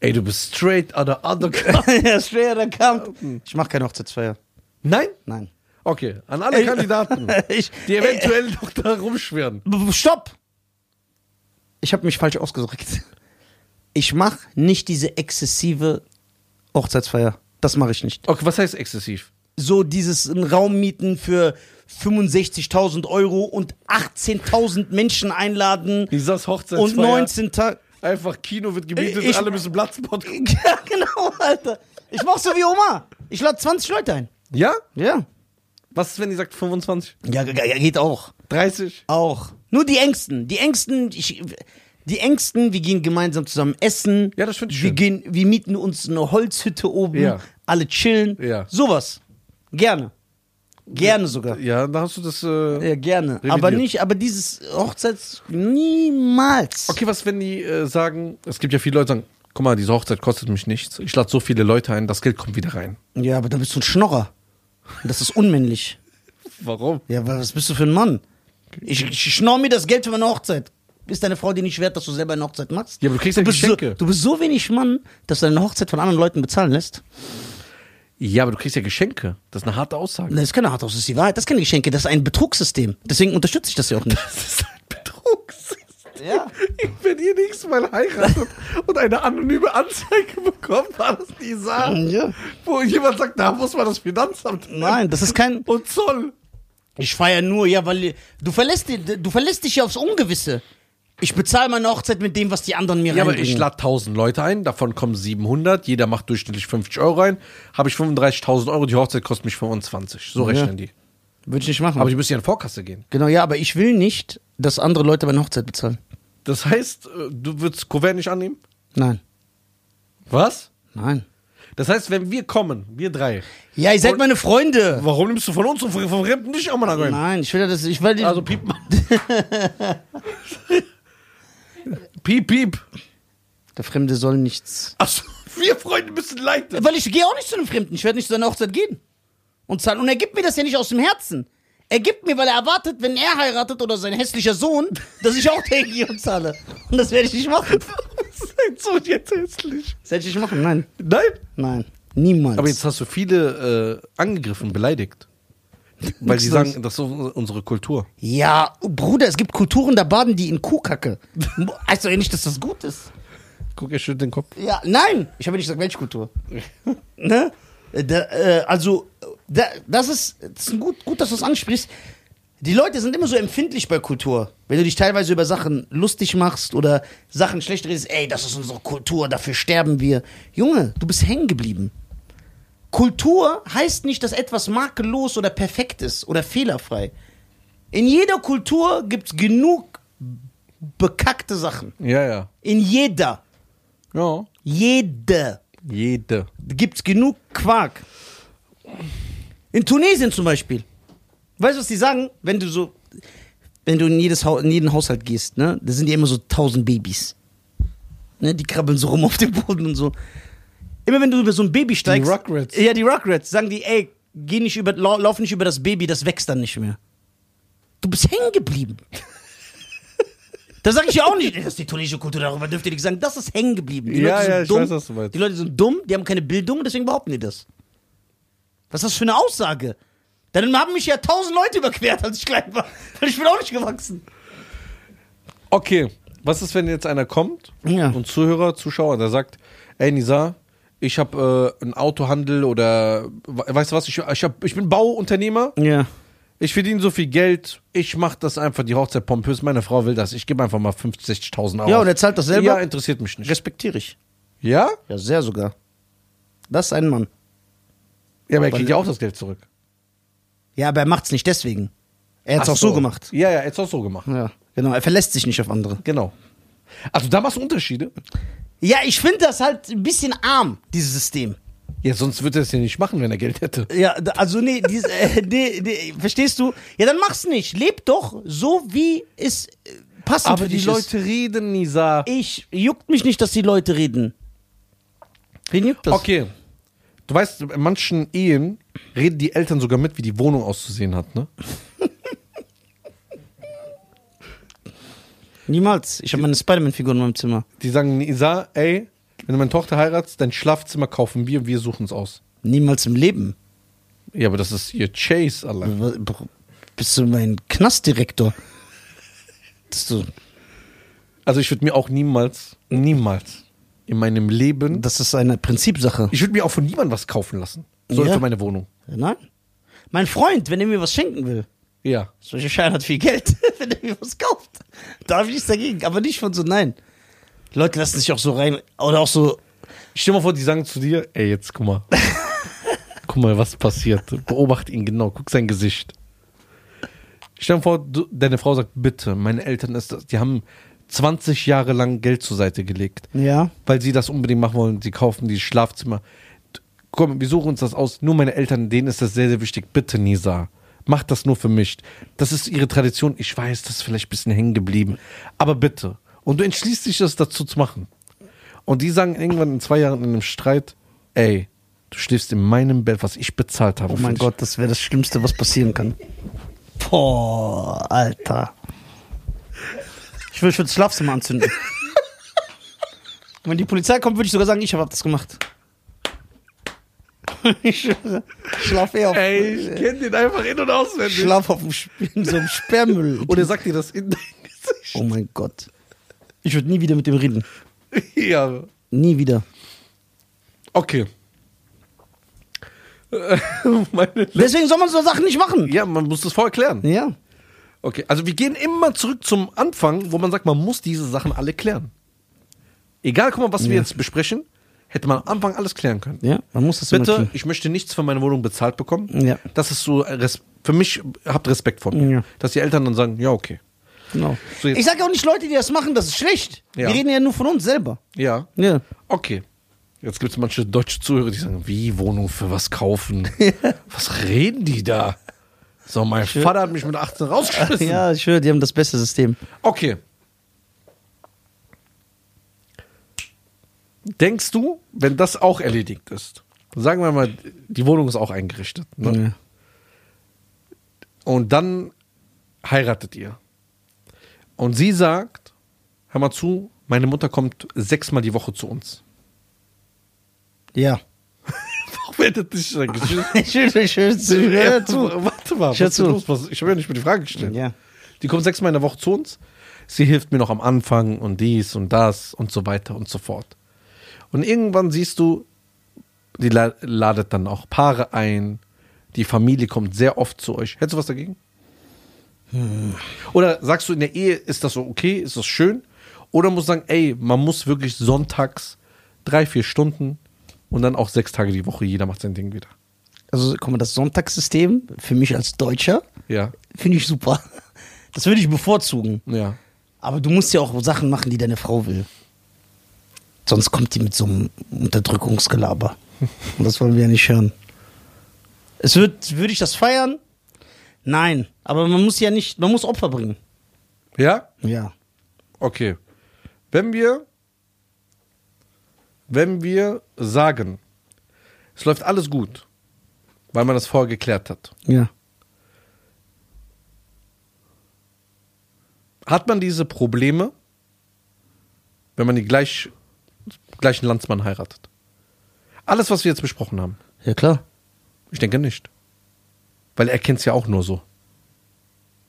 A: Ey, du bist straight out of undercut.
C: <laughs> ja, schwer, dann kam. Ich mache keine Hochzeitsfeier.
A: Nein?
C: <laughs> Nein.
A: Okay, an alle
C: Ey.
A: Kandidaten,
C: Ich,
A: <laughs> die eventuell noch da rumschwirren.
C: B- b- Stopp! Ich habe mich falsch ausgedrückt. Ich mache nicht diese exzessive Hochzeitsfeier. Das mache ich nicht.
A: Okay, was heißt exzessiv?
C: So dieses einen Raum mieten für 65.000 Euro und 18.000 Menschen einladen
A: Ich saß Hochzeitsfeier.
C: und 19 Tage.
A: Einfach Kino wird gemietet,
C: Ich-
A: alle müssen Platzbord gucken.
C: <laughs> Ja, genau, Alter. Ich mach so wie Oma. Ich lade 20 Leute ein.
A: Ja?
C: Ja.
A: Was ist, wenn die sagt 25?
C: Ja, ge- ge- geht auch.
A: 30?
C: Auch. Nur die Ängsten. Die Ängsten, ich, die Ängsten, wir gehen gemeinsam zusammen essen.
A: Ja, das find ich
C: wir
A: schön.
C: Gehen, wir mieten uns eine Holzhütte oben.
A: Ja.
C: Alle chillen.
A: Ja.
C: Sowas. Gerne. Gerne sogar.
A: Ja, da hast du das. Äh
C: Ja, gerne.
A: Revidiert.
C: Aber nicht, aber dieses Hochzeits niemals.
A: Okay, was, wenn die äh, sagen, es gibt ja viele Leute, die sagen, guck mal, diese Hochzeit kostet mich nichts. Ich lade so viele Leute ein, das Geld kommt wieder rein.
C: Ja, aber dann bist du ein Schnorrer. Und das ist unmännlich.
A: Warum?
C: Ja, wa- was bist du für ein Mann? Ich, ich schnorr mir das Geld für meine Hochzeit. Ist deine Frau dir nicht wert, dass du selber eine Hochzeit machst?
A: Ja, aber du kriegst ja
C: bist so,
A: Geschenke.
C: du bist so wenig Mann, dass du deine Hochzeit von anderen Leuten bezahlen lässt.
A: Ja, aber du kriegst ja Geschenke. Das ist eine harte Aussage. <laughs>
C: Das ist keine Harthaus, das ist die Wahrheit. Das ist keine Geschenke, das ist ein Betrugssystem. Deswegen unterstütze ich das ja auch nicht.
A: Das ist ein Betrugssystem.
C: Ja.
A: Wenn ihr nächstes Mal heiratet und eine anonyme Anzeige bekommt, war das die Sache,
C: Ja.
A: wo jemand sagt, da muss man das Finanzamt
C: Nein, das ist kein.
A: und Zoll.
C: Ich feiere nur, ja, weil du verlässt, die- du verlässt dich ja aufs Ungewisse. Ich bezahle meine Hochzeit mit dem, was die anderen mir
A: Ja, aber
C: reinbringen.
A: ich lade 1000 Leute ein, davon kommen 700, jeder macht durchschnittlich 50 Euro ein, habe ich 35.000 Euro, die Hochzeit kostet mich 25. So rechnen die.
C: Würde ich nicht machen.
A: Aber die müssen ja in Vorkasse gehen.
C: genau, ja, aber ich will nicht, dass andere Leute meine Hochzeit bezahlen.
A: Das heißt, äh, du würdest Kuvert nicht annehmen?
C: Nein,
A: Was?
C: nein.
A: Das heißt, wenn wir kommen, wir drei,
C: Ja, ihr seid meine Freunde.
A: warum nimmst du von uns und von von Fremden nicht auch mal nach rein?
C: Nein, ich will ja, dass ich will,
A: Also piep mal. <laughs> piep, piep.
C: der Fremde soll nichts.
A: Achso, wir Freunde müssen leiten.
C: Weil ich gehe auch nicht zu einem Fremden. Ich werde nicht zu seiner Hochzeit gehen und zahlen. Und er gibt mir das ja nicht aus dem Herzen. Er gibt mir, weil er erwartet, wenn er heiratet oder sein hässlicher Sohn, dass ich auch <laughs> denke und zahle. Und das werde ich nicht machen.
A: Seid so jetzt hässlich.
C: Das hätte ich nicht machen, nein.
A: Nein.
C: Nein, niemals.
A: Aber jetzt hast du viele äh, angegriffen, beleidigt. Weil die sagen, das ist unsere Kultur.
C: ja, Bruder, es gibt Kulturen, da baden die in
A: <laughs>
C: Kuhkacke. Heißt doch ja nicht, dass das gut ist.
A: Guck, er schüttelt den Kopf.
C: Ja, nein, ich habe nicht gesagt, welche Kultur. ne? Da, äh, also, da, das ist, das ist ein gut, gut, dass du es ansprichst. Die Leute sind immer so empfindlich bei Kultur. Wenn du dich teilweise über Sachen lustig machst oder Sachen schlecht redest, ey, das ist unsere Kultur, dafür sterben wir. Junge, du bist hängen geblieben. Kultur heißt nicht, dass etwas makellos oder perfekt ist oder fehlerfrei. In jeder Kultur gibt es genug bekackte Sachen.
A: Ja, ja.
C: In jeder.
A: Ja.
C: Jede
A: Jede.
C: gibt's genug Quark. In Tunesien zum Beispiel. Weißt du, was die sagen? Wenn du so, wenn du in, jedes Hau in jeden Haushalt gehst, ne, da sind ja immer so tausend Babys. Ne, die krabbeln so rum auf dem Boden und so. Immer wenn du über so ein Baby steigst.
A: Rugrats.
C: Ja, die Rugrats. Sagen die, ey, geh nicht über, lau- lauf nicht über das Baby, das wächst dann nicht mehr. Du bist hängen geblieben. Da sag ich ja auch nicht, das ist die tunesische Kultur, darüber dürft ihr nicht sagen. Das ist hängen geblieben. Die
A: Ja,
C: Leute sind
A: ja, ich
C: dumm.
A: weiß, was du meinst.
C: Die Leute sind dumm, die haben keine Bildung, deswegen behaupten die das. Was ist das für eine Aussage? Dann haben mich ja tausend Leute überquert, als ich klein war. Weil ich bin auch nicht gewachsen.
A: Okay, was ist, wenn jetzt einer kommt
C: Ja.
A: und Zuhörer, Zuschauer, der sagt, ey Nisa, ich habe äh, einen Autohandel oder we- weißt du was, ich, ich, hab, ich bin Bauunternehmer,
C: Ja.
A: ich verdiene so viel Geld, ich mache das einfach, die Hochzeit pompös, meine Frau will das, ich gebe einfach mal 50, 60.000 Euro.
C: Ja, und er zahlt das selber?
A: Ja, interessiert mich nicht.
C: Respektiere ich.
A: Ja?
C: Ja, sehr sogar. Das ist ein Mann.
A: Ja, aber er kriegt ja auch das Geld zurück.
C: Ja, aber er macht's nicht deswegen. Er hat's
A: Ach
C: auch so gemacht.
A: Ja, ja, jetzt auch so gemacht.
C: Ja, genau. Er verlässt sich nicht auf andere.
A: Genau. Also da machst du Unterschiede.
C: Ja, ich finde das halt ein bisschen arm, dieses System.
A: Ja, sonst würde er es ja nicht machen, wenn er Geld hätte.
C: Ja, da- also nee, dies, äh, <laughs> nee, nee, verstehst du? Ja, dann mach's nicht. Leb doch so, wie es äh, passend
A: Aber
C: für
A: die
C: dich
A: Leute reden, Nisa.
C: ist. Ich juckt mich nicht, dass die Leute reden. Wen juckt das?
A: Okay. Du weißt, in manchen Ehen reden die Eltern sogar mit, wie die Wohnung auszusehen hat, ne?
C: Niemals. Ich habe meine Spider-Man-Figur in meinem Zimmer.
A: Die sagen, Nisa, ey, wenn du meine Tochter heiratst, dein Schlafzimmer kaufen wir, wir suchen es aus.
C: Niemals im Leben.
A: Ja, aber das ist ihr Chase, Alter.
C: W- br- Bist du mein Knastdirektor? Bist du,
A: Also ich würde mir auch niemals, niemals in meinem Leben,
C: das ist eine Prinzipsache.
A: ich würde mir auch von niemandem was kaufen lassen. So
C: Ja.
A: für meine Wohnung.
C: Nein. Mein Freund, wenn er mir was schenken will,
A: Ja.
C: solcher Schein hat viel Geld, <laughs> wenn er mir was kauft. Da habe ich nichts dagegen, aber nicht von so, nein. Leute lassen sich auch so rein, oder auch so,
A: Stell dir mal vor, die sagen zu dir, ey, jetzt guck mal. guck mal, was passiert. Beobacht ihn genau, guck sein Gesicht. Stell dir vor, du, deine Frau sagt, bitte, meine Eltern ist das, die haben 20 Jahre lang Geld zur Seite gelegt,
C: ja.
A: weil sie das unbedingt machen wollen. Sie kaufen dieses Schlafzimmer. D- Komm, wir suchen uns das aus. Nur meine Eltern, denen ist das sehr, sehr wichtig. Bitte, Nisa. Mach das nur für mich. Das ist ihre Tradition. Ich weiß, das ist vielleicht ein bisschen hängen geblieben. Aber bitte. Und du entschließt dich, das dazu zu machen. Und die sagen irgendwann in zwei Jahren in einem Streit, ey, Du schläfst in meinem Bett, was ich bezahlt habe.
C: Oh
A: für
C: mein
A: dich.
C: Gott, das wäre das Schlimmste, was passieren kann. Boah, Alter. Ich würde das Schlafzimmer anzünden. Und <laughs> Wenn die Polizei kommt, würde ich sogar sagen, ich habe das gemacht. <laughs> Ich schwöre, ich schlaf eh auf,
A: Ey, ich kenn den einfach in- und
C: ich
A: auswendig.
C: schlaf auf dem, Sp- in so einem Sperrmüll.
A: Und er sagt dir das in <laughs> dein Gesicht.
C: Oh mein Gott. Ich würde nie wieder mit dem reden.
A: Ja.
C: Nie wieder.
A: Okay. <laughs> Äh, Meine Le-
C: Deswegen soll man so Sachen nicht machen.
A: ja, man muss das vorher klären.
C: Ja.
A: Okay, also wir gehen immer zurück zum Anfang, wo man sagt, man muss diese Sachen alle klären. Egal, guck mal, was wir jetzt besprechen, hätte man am Anfang alles klären können.
C: Ja, man muss das immer
A: Bitte,
C: tun.
A: ich möchte nichts für meine Wohnung bezahlt bekommen.
C: Ja.
A: Das ist so, äh, res- für mich, habt Respekt vor mir.
C: Ja.
A: Dass die Eltern dann sagen, ja, okay.
C: Genau.
A: So, jetzt-
C: ich sage auch nicht Leute, die das machen, das ist schlecht.
A: Ja.
C: Wir reden ja nur von uns selber.
A: Ja.
C: Ja.
A: Okay. Jetzt gibt es manche deutsche Zuhörer, die sagen, wie Wohnung für was
C: <laughs>
A: kaufen? was reden die da? So, mein Vater hat mich mit 18 rausgeschmissen.
C: Ja, ich höre, die haben das beste System.
A: Okay. Denkst du, wenn das auch erledigt ist, sagen wir mal, die Wohnung ist auch eingerichtet, ne?
C: Ja.
A: und dann heiratet ihr. Und sie sagt, hör mal zu, meine Mutter kommt sechsmal die Woche zu uns. <laughs>
C: ja. <laughs>
A: Warum meldet dich dein Geschwister?
C: Ich höre ich hör, ich hör zu.
A: Warte mal, was
C: Hör
A: ist denn
C: zu.
A: los? Was- Ich habe ja nicht mal die Frage gestellt.
C: Ja.
A: Die kommt sechsmal in der Woche zu uns. Sie hilft mir noch am Anfang und dies und das und so weiter und so fort. Und irgendwann siehst du, die la- ladet dann auch Paare ein. Die Familie kommt sehr oft zu euch. Hättest du was dagegen?
C: Hm.
A: Oder sagst du, in der Ehe ist das so okay, ist das schön? Oder musst du sagen, ey, man muss wirklich sonntags drei, vier Stunden und dann auch sechs Tage die Woche, jeder macht sein Ding wieder.
C: Also, guck mal, das Sonntagssystem, für mich als Deutscher,
A: Ja,
C: finde ich super. Das würde ich bevorzugen.
A: ja.
C: Aber du musst ja auch Sachen machen, die deine Frau will. Sonst kommt die mit so einem Unterdrückungsgelaber. Und das wollen wir ja nicht hören. Es wird, würde ich das feiern? Nein. Aber man muss ja nicht, man muss Opfer bringen.
A: Ja?
C: Ja.
A: Okay. Wenn wir, wenn wir sagen, es läuft alles gut, weil man das vorher geklärt hat,
C: Ja.
A: hat man diese Probleme, wenn man die gleich, gleichen Landsmann heiratet? Alles, was wir jetzt besprochen haben,
C: Ja, klar.
A: ich denke nicht. Weil er kennt es ja auch nur so.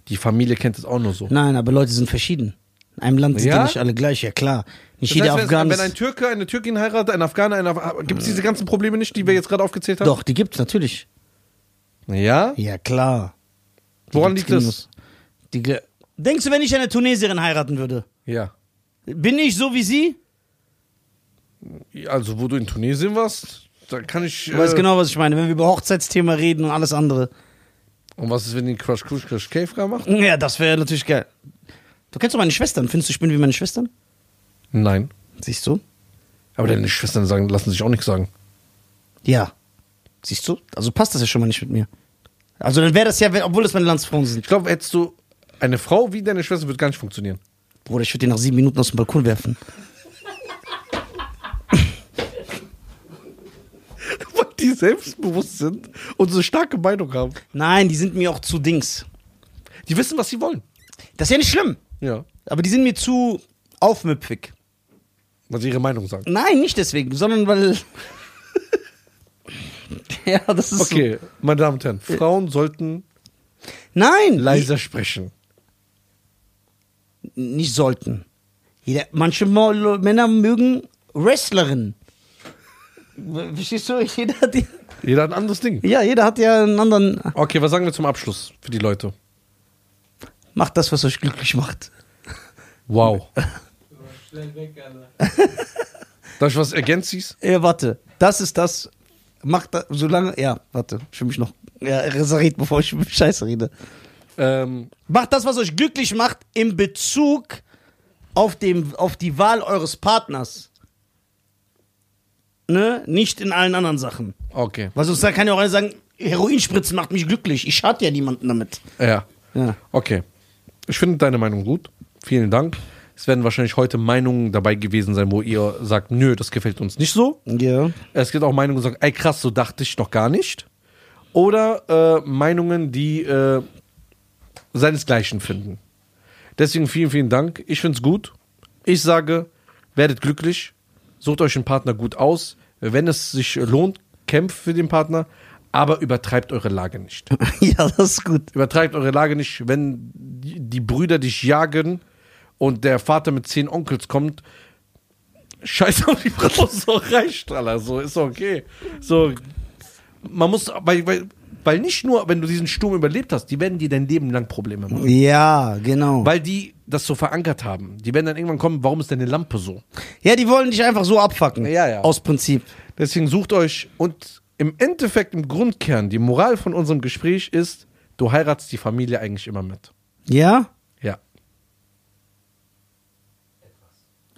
A: Die Familie kennt es auch nur so.
C: Nein, aber Leute sind verschieden. In einem Land sind
A: Ja?
C: ja nicht alle gleich, ja klar. Nicht
A: Das
C: jeder
A: heißt, wenn,
C: Afghan
A: wenn ein
C: ist.
A: Türke eine Türkin heiratet, ein Afghaner, ein Afghaner, gibt es diese ganzen Probleme nicht, die wir jetzt gerade aufgezählt haben?
C: Doch, die gibt's natürlich.
A: Ja?
C: Ja, klar. Die
A: Woran
C: gibt's
A: liegt das?
C: genug. Die gle- Denkst du, wenn ich eine Tunesierin heiraten würde?
A: Ja.
C: Bin ich so wie sie?
A: Also, wo du in Tunesien warst, da kann ich. äh,
C: Du weißt genau, was ich meine. Wenn wir über Hochzeitsthema reden und alles andere.
A: Und was ist, wenn die Crash Crash Crash Cave macht?
C: Ja, das wäre natürlich geil. Du kennst doch meine Schwestern. Findest du, ich bin wie meine Schwestern?
A: Nein.
C: Siehst du?
A: Aber deine Schwestern sagen, lassen sich auch nichts sagen.
C: Ja. Siehst du? Also passt das ja schon mal nicht mit mir. Also dann wäre das ja, wenn- obwohl das meine Landsfrauen sind.
A: Ich glaube, hättest du eine Frau wie deine Schwester, wird gar nicht funktionieren.
C: Bruder, ich würde den nach sieben Minuten aus dem Balkon werfen.
A: <laughs> Weil die selbstbewusst sind und so eine starke Meinung haben.
C: Nein, die sind mir auch zu Dings.
A: Die wissen, was sie wollen.
C: Das ist ja nicht schlimm.
A: Ja.
C: Aber die sind mir zu aufmüpfig.
A: Weil sie ihre Meinung sagen.
C: Nein, nicht deswegen, sondern weil. <laughs> ja, das ist. so.
A: Okay, meine Damen und Herren, Frauen sollten
C: Nein,
A: leiser sprechen.
C: n- nicht sollten. Jeder, manche Mo- Lo- Männer mögen Wrestlerinnen. W- Verstehst du? Jeder hat, die-
A: Jeder hat ein anderes Ding.
C: ja, jeder hat ja einen anderen.
A: Okay, was sagen wir zum Abschluss für die Leute?
C: Macht das, was euch glücklich macht.
A: <laughs> Wow.
E: Du warst schnell weg, Alter.
A: Darf ich was ergänzen?
C: Ja, warte. Das ist das. Macht das, solange. Ja, warte. Ich will mich noch. Ja, reserviert, bevor ich <laughs> Scheiße rede.
A: Ähm,
C: Macht das, was euch glücklich macht, in Bezug auf, dem, auf die Wahl eures Partners. Ne? Nicht in allen anderen Sachen.
A: okay.
C: Weil sonst kann ja auch einer sagen, Heroinspritzen macht mich glücklich. Ich schade ja niemanden damit.
A: Ja.
C: Ja.
A: Okay. Ich finde deine Meinung gut. Vielen Dank. Es werden wahrscheinlich heute Meinungen dabei gewesen sein, wo ihr sagt, nö, das gefällt uns nicht so.
C: Ja. <laughs>
A: Es gibt auch Meinungen, die sagen, ey krass, so dachte ich noch gar nicht. Oder äh, Meinungen, die äh, seinesgleichen finden. Deswegen vielen, vielen Dank. Ich finde es gut. Ich sage, werdet glücklich, sucht euch einen Partner gut aus. Wenn es sich lohnt, kämpft für den Partner, aber übertreibt eure Lage nicht.
C: ja, das ist gut.
A: Übertreibt eure Lage nicht, wenn die die Brüder dich jagen und der Vater mit zehn Onkels kommt. Scheiß auf die Frau, <laughs> so reicht, Alter. So ist okay. So, man muss, weil, weil, weil nicht nur, wenn du diesen Sturm überlebt hast, die werden dir dein Leben lang Probleme machen.
C: Ja, genau.
A: Weil die das so verankert haben. Die werden dann irgendwann kommen, warum ist deine Lampe so?
C: ja, die wollen dich einfach so abfacken.
A: Ja, ja.
C: Aus Prinzip.
A: Deswegen sucht euch und im Endeffekt, im Grundkern, die Moral von unserem Gespräch ist, du heiratst die Familie eigentlich immer mit.
C: Ja?
A: Ja.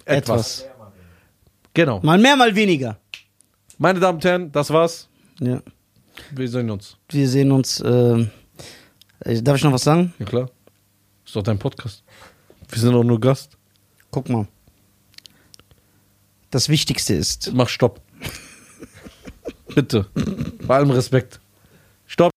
C: Etwas.
A: Genau.
C: Mal mehr, mal weniger.
A: Meine Damen und Herren, das war's.
C: Ja.
A: Wir sehen uns.
C: Wir sehen uns. ähm, Äh, darf ich noch was sagen?
A: Ja, klar. Ist doch dein Podcast. Wir sind doch nur Gast.
C: Guck mal. Das Wichtigste ist.
A: <laughs> Mach Stopp. Bitte. Bei allem Respekt.